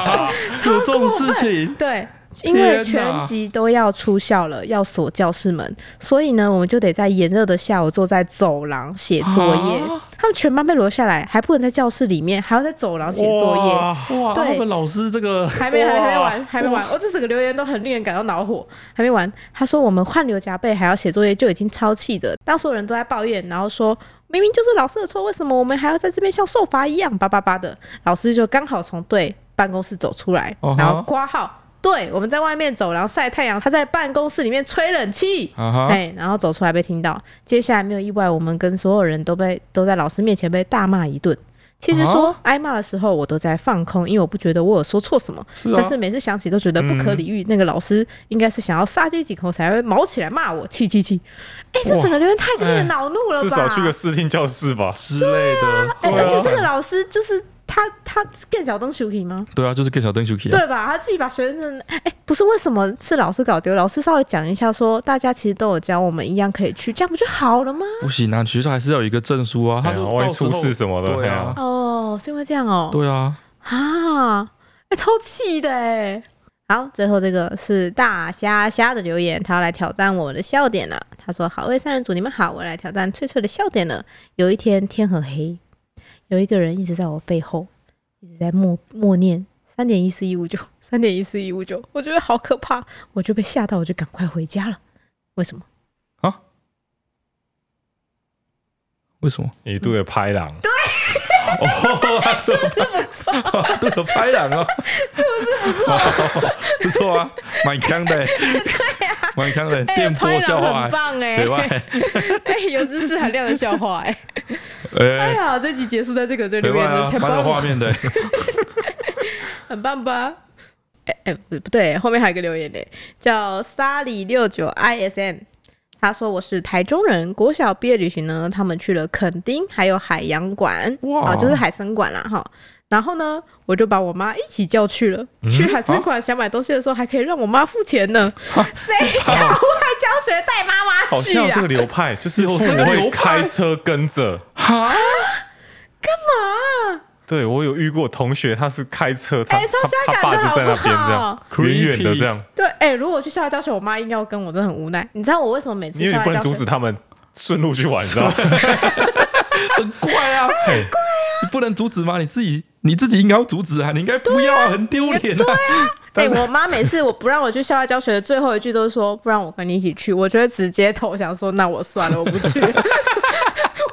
[SPEAKER 1] 分的，
[SPEAKER 2] 有
[SPEAKER 1] 超
[SPEAKER 2] 这
[SPEAKER 1] 过
[SPEAKER 2] 种
[SPEAKER 1] 分
[SPEAKER 2] 事。情，
[SPEAKER 1] 对，因为
[SPEAKER 2] 天哪
[SPEAKER 1] 全级都要出校了，要锁教室门，所以呢，我们就得在炎热的下午坐在走廊写作业。
[SPEAKER 2] 啊
[SPEAKER 1] 他们全班被留下来，还不能在教室里面，还要在走廊写作业。
[SPEAKER 3] 哇
[SPEAKER 2] 哇，
[SPEAKER 1] 对
[SPEAKER 2] 他们老师这个
[SPEAKER 1] 还没还
[SPEAKER 2] 哇
[SPEAKER 1] 还没完，还没完！哦我、这整个留言都很令人感到恼火，还没完。他说我们汗流浃背还要写作业，就已经超气的。当所有人都在抱怨，然后说明明就是老师的错，为什么我们还要在这边像受罚一样？叭叭叭的，老师就刚好从对办公室走出来
[SPEAKER 2] 哦哈
[SPEAKER 1] 然后挂号。对，我们在外面走，然后晒太阳，他在办公室里面吹冷气。
[SPEAKER 2] 啊哈，
[SPEAKER 1] 哎，然后走出来被听到，接下来没有意外，我们跟所有人都被都在老师面前被大骂一顿。其实说
[SPEAKER 2] 啊
[SPEAKER 1] 挨骂的时候，我都在放空，因为我不觉得我有说错什么。
[SPEAKER 2] 是啊
[SPEAKER 1] 但是每次想起都觉得不可理喻，那个老师应该是想要杀鸡儆猴才会毛起来骂我，气气气！哎，这
[SPEAKER 2] 哇
[SPEAKER 1] 整个留言太令人
[SPEAKER 2] 哎
[SPEAKER 1] 恼怒了吧？
[SPEAKER 3] 至少去个视听教室吧。
[SPEAKER 2] 之类的，
[SPEAKER 1] 哎，
[SPEAKER 2] 对
[SPEAKER 1] 而且这
[SPEAKER 2] 啊
[SPEAKER 1] 个老师就是他，他更小灯球体吗？
[SPEAKER 2] 对啊，就是给小灯 Suki 啊，
[SPEAKER 1] 对吧？他自己把学生哎、不是为什么是老师搞丢？老师稍微讲一下说大家其实都有教我们一样可以去，这样不就好了吗？
[SPEAKER 2] 不行啊，学校还是要有一个证书啊，他
[SPEAKER 3] 哎呀
[SPEAKER 2] 就
[SPEAKER 3] 万
[SPEAKER 2] 到
[SPEAKER 3] 一
[SPEAKER 2] 时候
[SPEAKER 3] 出事什么的，
[SPEAKER 2] 对
[SPEAKER 3] 哎呀
[SPEAKER 2] 啊，
[SPEAKER 1] 哦，是因为这样哦。
[SPEAKER 2] 对啊，
[SPEAKER 1] 啊，哎、超气的哎。好，最后这个是大虾虾的留言，他要来挑战我们的笑点了。他说：“好味三人组，你们好，我来挑战翠翠的笑点了。有一天天很黑，有一个人一直在我背后，一直在默默念三点一四一五九，三点一四一五九，我觉得好可怕，我就被吓到，我就赶快回家了。为什么？
[SPEAKER 2] 啊为什么？
[SPEAKER 3] 一度的拍狼，
[SPEAKER 1] 啊
[SPEAKER 2] 哦，他说
[SPEAKER 1] 这不错，
[SPEAKER 2] 这个拍档啊，是不是不错？不错啊，蛮 强的欸，蛮强的欸
[SPEAKER 1] 哎、
[SPEAKER 2] 电
[SPEAKER 1] 拍
[SPEAKER 2] 波笑
[SPEAKER 1] 档
[SPEAKER 2] 话
[SPEAKER 1] 很
[SPEAKER 2] 欸，
[SPEAKER 1] 棒哎、
[SPEAKER 2] 对吧？
[SPEAKER 1] 哎、有知识含量的笑话哎、哎
[SPEAKER 2] 哎，
[SPEAKER 1] 呀，这集结束在这 个这
[SPEAKER 2] 对
[SPEAKER 1] 留言
[SPEAKER 2] 吧
[SPEAKER 1] 的，？太棒
[SPEAKER 2] 蛮有画
[SPEAKER 1] 了，
[SPEAKER 2] 面的欸，
[SPEAKER 1] 很棒吧？哎哎，不不对，后面还有一个留言呢，叫萨里六九 ISM，他说我是台中人，国小毕业旅行呢，他们去了垦丁，还有海洋馆，
[SPEAKER 2] 哇
[SPEAKER 1] 啊，就是海参馆啦哈。然后呢，我就把我妈一起叫去了。
[SPEAKER 3] 嗯
[SPEAKER 1] 去海参馆想买东西的时候，还可以让我妈付钱呢。谁叫户外教学带妈妈
[SPEAKER 3] 啊好
[SPEAKER 1] 去
[SPEAKER 3] 像
[SPEAKER 1] 啊
[SPEAKER 3] 这？个流派， 就是
[SPEAKER 2] 有
[SPEAKER 3] 父
[SPEAKER 2] 这个
[SPEAKER 3] 母会
[SPEAKER 2] 流派
[SPEAKER 3] 开车跟着。
[SPEAKER 2] 哈，
[SPEAKER 1] 干嘛？啊
[SPEAKER 3] 对我有遇过同学，他是开车，他
[SPEAKER 1] 哎超
[SPEAKER 3] 他
[SPEAKER 1] 下
[SPEAKER 3] 他
[SPEAKER 1] 感
[SPEAKER 3] 爸
[SPEAKER 1] 的
[SPEAKER 3] 就在那边
[SPEAKER 1] 好
[SPEAKER 3] 这
[SPEAKER 1] 不
[SPEAKER 3] 样
[SPEAKER 1] 好，
[SPEAKER 3] 远远的
[SPEAKER 2] Creepy
[SPEAKER 3] 这样，
[SPEAKER 1] 对，哎、如果去校外教学，我妈硬要跟我，真的很无奈。你知道我为什么每次
[SPEAKER 3] 因为
[SPEAKER 1] 校
[SPEAKER 3] 你不
[SPEAKER 1] 外
[SPEAKER 3] 能
[SPEAKER 1] 教
[SPEAKER 3] 阻
[SPEAKER 1] 学
[SPEAKER 3] 止？他们顺路去玩，你知 道吗？
[SPEAKER 2] 很怪 啊，很怪啊，你不能阻止吗？你自己你自己应该要阻止啊，你应该不要啊，很丢脸啊。
[SPEAKER 1] 哎、我妈每次我不让我去校外教学的最后一句都是说，不然我跟你一起去。我就会直接投降说，那我算了，我不去。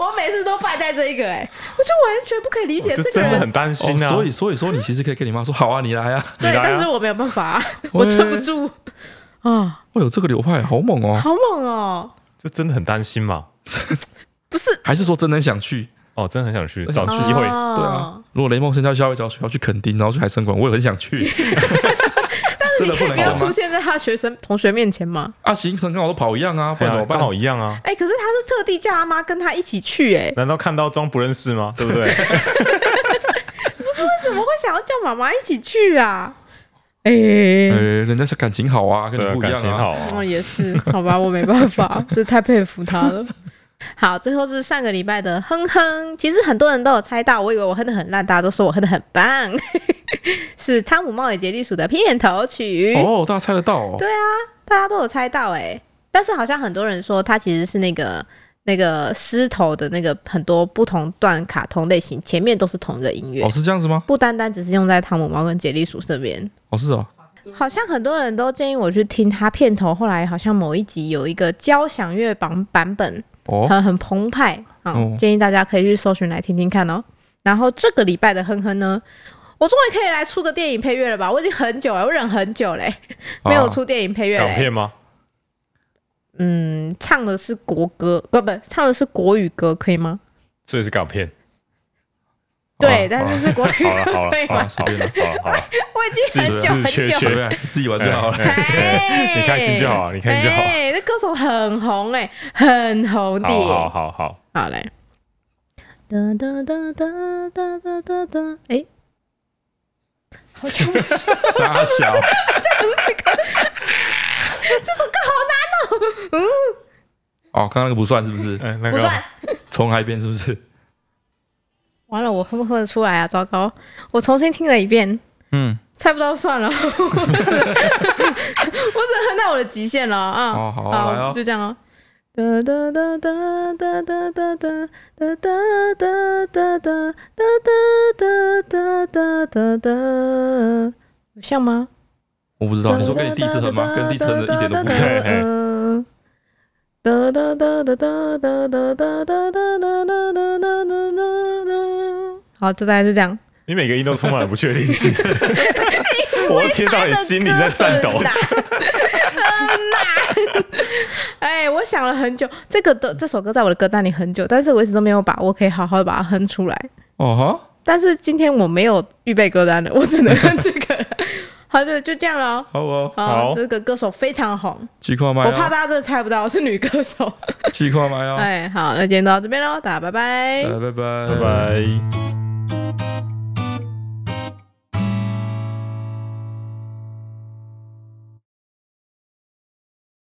[SPEAKER 1] 我每次都败在这一个、哎，我就完全不可以理解
[SPEAKER 3] 就
[SPEAKER 1] 这个
[SPEAKER 3] 真的
[SPEAKER 1] 人
[SPEAKER 3] 很担
[SPEAKER 2] 哦
[SPEAKER 3] 心啊。
[SPEAKER 2] 所以所以说你其实可以跟你妈说，好啊，你来啊，
[SPEAKER 3] 你
[SPEAKER 1] 对，
[SPEAKER 3] 来
[SPEAKER 1] 但是
[SPEAKER 3] 啊，
[SPEAKER 1] 我没有办法啊，我撑不住啊，
[SPEAKER 2] 哎呦，这个流派好猛 哦，
[SPEAKER 1] 好猛哦！
[SPEAKER 3] 就真的很担心嘛。
[SPEAKER 1] 不是
[SPEAKER 2] 还是说真的很想去？
[SPEAKER 3] 哦，真的很想去找机会，
[SPEAKER 1] 哦
[SPEAKER 2] 对啊，如果雷梦生要校外教学要去垦丁，然后去海参馆，我也很想 去。但是
[SPEAKER 1] 你可以不要
[SPEAKER 2] 跟
[SPEAKER 1] 出
[SPEAKER 2] 吗？
[SPEAKER 1] 现在他学生同学面前吗？
[SPEAKER 2] 啊，行程刚好都跑一样啊，不
[SPEAKER 3] 对
[SPEAKER 2] 然怎
[SPEAKER 3] 啊，
[SPEAKER 2] 么办
[SPEAKER 3] 刚？好一样啊。
[SPEAKER 1] 哎、可是他是特地叫他妈跟他一起去、哎，
[SPEAKER 3] 难道看到装不认识吗？对不 对？
[SPEAKER 1] 为什么会想要叫妈妈一起去啊？哎、
[SPEAKER 2] 呃，人家是感情好啊，跟
[SPEAKER 3] 对啊，
[SPEAKER 2] 你不一
[SPEAKER 3] 感
[SPEAKER 2] 样
[SPEAKER 3] 情
[SPEAKER 2] 啊。
[SPEAKER 3] 好啊。
[SPEAKER 1] 哦，也是，好吧，我没办法，这太佩服他了。好，最后是上个礼拜的哼哼，其实很多人都有猜到，我以为我哼的很烂，大家都说我哼的很棒， 是汤姆猫与杰利鼠的片头曲。
[SPEAKER 2] 哦，大家猜得到哦。
[SPEAKER 1] 大家都有猜到哎、但是好像很多人说它其实是那个那个狮头的那个很多不同段卡通类型，前面都是同一个音乐，
[SPEAKER 2] 哦，是这样子吗？
[SPEAKER 1] 不单单只是用在汤姆猫跟杰利鼠这边。
[SPEAKER 2] 哦，是哦。
[SPEAKER 1] 好像很多人都建议我去听它片头，后来好像某一集有一个交响乐版版本，
[SPEAKER 2] 哦，
[SPEAKER 1] 很很澎湃啊、
[SPEAKER 2] 哦
[SPEAKER 1] 建议大家可以去搜寻来听听看哦。然后这个礼拜的哼哼呢，我终于可以来出个电影配乐了吧？我已经很久了，我忍很久嘞、没有
[SPEAKER 2] 啊
[SPEAKER 1] 出电影配乐嘞、
[SPEAKER 3] 港片吗？
[SPEAKER 1] 嗯，唱的是国歌，不不，唱的是国语歌，可以吗？
[SPEAKER 3] 所以是 港片。
[SPEAKER 1] 对，
[SPEAKER 2] 好啊
[SPEAKER 1] 但是是国语
[SPEAKER 3] 好了
[SPEAKER 1] 歌，
[SPEAKER 3] 好了
[SPEAKER 1] 可以
[SPEAKER 3] 好
[SPEAKER 1] 吗
[SPEAKER 3] 了，？随便了，好
[SPEAKER 1] 啊
[SPEAKER 3] 了好了，
[SPEAKER 1] 我已经很久
[SPEAKER 3] 是是
[SPEAKER 1] 很
[SPEAKER 3] 确
[SPEAKER 1] 久
[SPEAKER 2] 随
[SPEAKER 1] 了。
[SPEAKER 3] 切
[SPEAKER 2] 便自己玩就好了。
[SPEAKER 3] 哎
[SPEAKER 1] 哎
[SPEAKER 3] 你开心就好，你开心就好。
[SPEAKER 1] 哎，那歌手很红哎，很 红的耶。
[SPEAKER 3] 好好好好，
[SPEAKER 1] 好嘞。哒哒哒哒哒哒哒哒，哎，好像不是这首
[SPEAKER 2] 傻
[SPEAKER 3] 哎
[SPEAKER 2] 小，
[SPEAKER 1] 歌好难哦。
[SPEAKER 2] 哦，刚刚那个不算是不是？
[SPEAKER 3] 嗯，那
[SPEAKER 1] 不
[SPEAKER 3] 个
[SPEAKER 1] 算，
[SPEAKER 2] 重来一遍是不是？
[SPEAKER 1] 完了，我哼不哼得出来啊？糟糕，我重新听了一遍，
[SPEAKER 2] 嗯，
[SPEAKER 1] 猜不到算了，我只我只哼到我的极限了啊！
[SPEAKER 2] 哦好来哦
[SPEAKER 1] 就这样哦。哒哒哒哒哒哒哒哒哒哒哒哒哒哒哒哒哒哒，有像吗？
[SPEAKER 2] 我不知啊道，你说跟你第一次哼吗？跟第一次哼的一点都不一
[SPEAKER 3] 对
[SPEAKER 2] 样。
[SPEAKER 3] 嘿嘿
[SPEAKER 1] 哒哒哒哒哒哒哒哒哒哒哒哒哒哒哒哒。好，就大概就这样。
[SPEAKER 3] 你每个音都充满了不确 定性，我听到你心里在颤抖
[SPEAKER 1] 很。难，很难 哎，我想了很久，这个的这首歌在我的歌单里很久，但是我一直都没有把握可以好好的把它哼出来。
[SPEAKER 2] 哦哈，
[SPEAKER 1] 但是今天我没有预备歌单了，我只能哼这个。 好，就就这样了哦。
[SPEAKER 2] 好哦，
[SPEAKER 1] 好，
[SPEAKER 3] 好
[SPEAKER 1] 这个歌手非常红，
[SPEAKER 2] 气块麦
[SPEAKER 1] 我怕
[SPEAKER 2] 哦，
[SPEAKER 1] 大家真的猜不到是女歌手。
[SPEAKER 2] 气块麦哦，
[SPEAKER 1] 哎哎，好，那今天到这边喽，大家拜拜。
[SPEAKER 2] 呃拜拜，
[SPEAKER 3] 拜拜。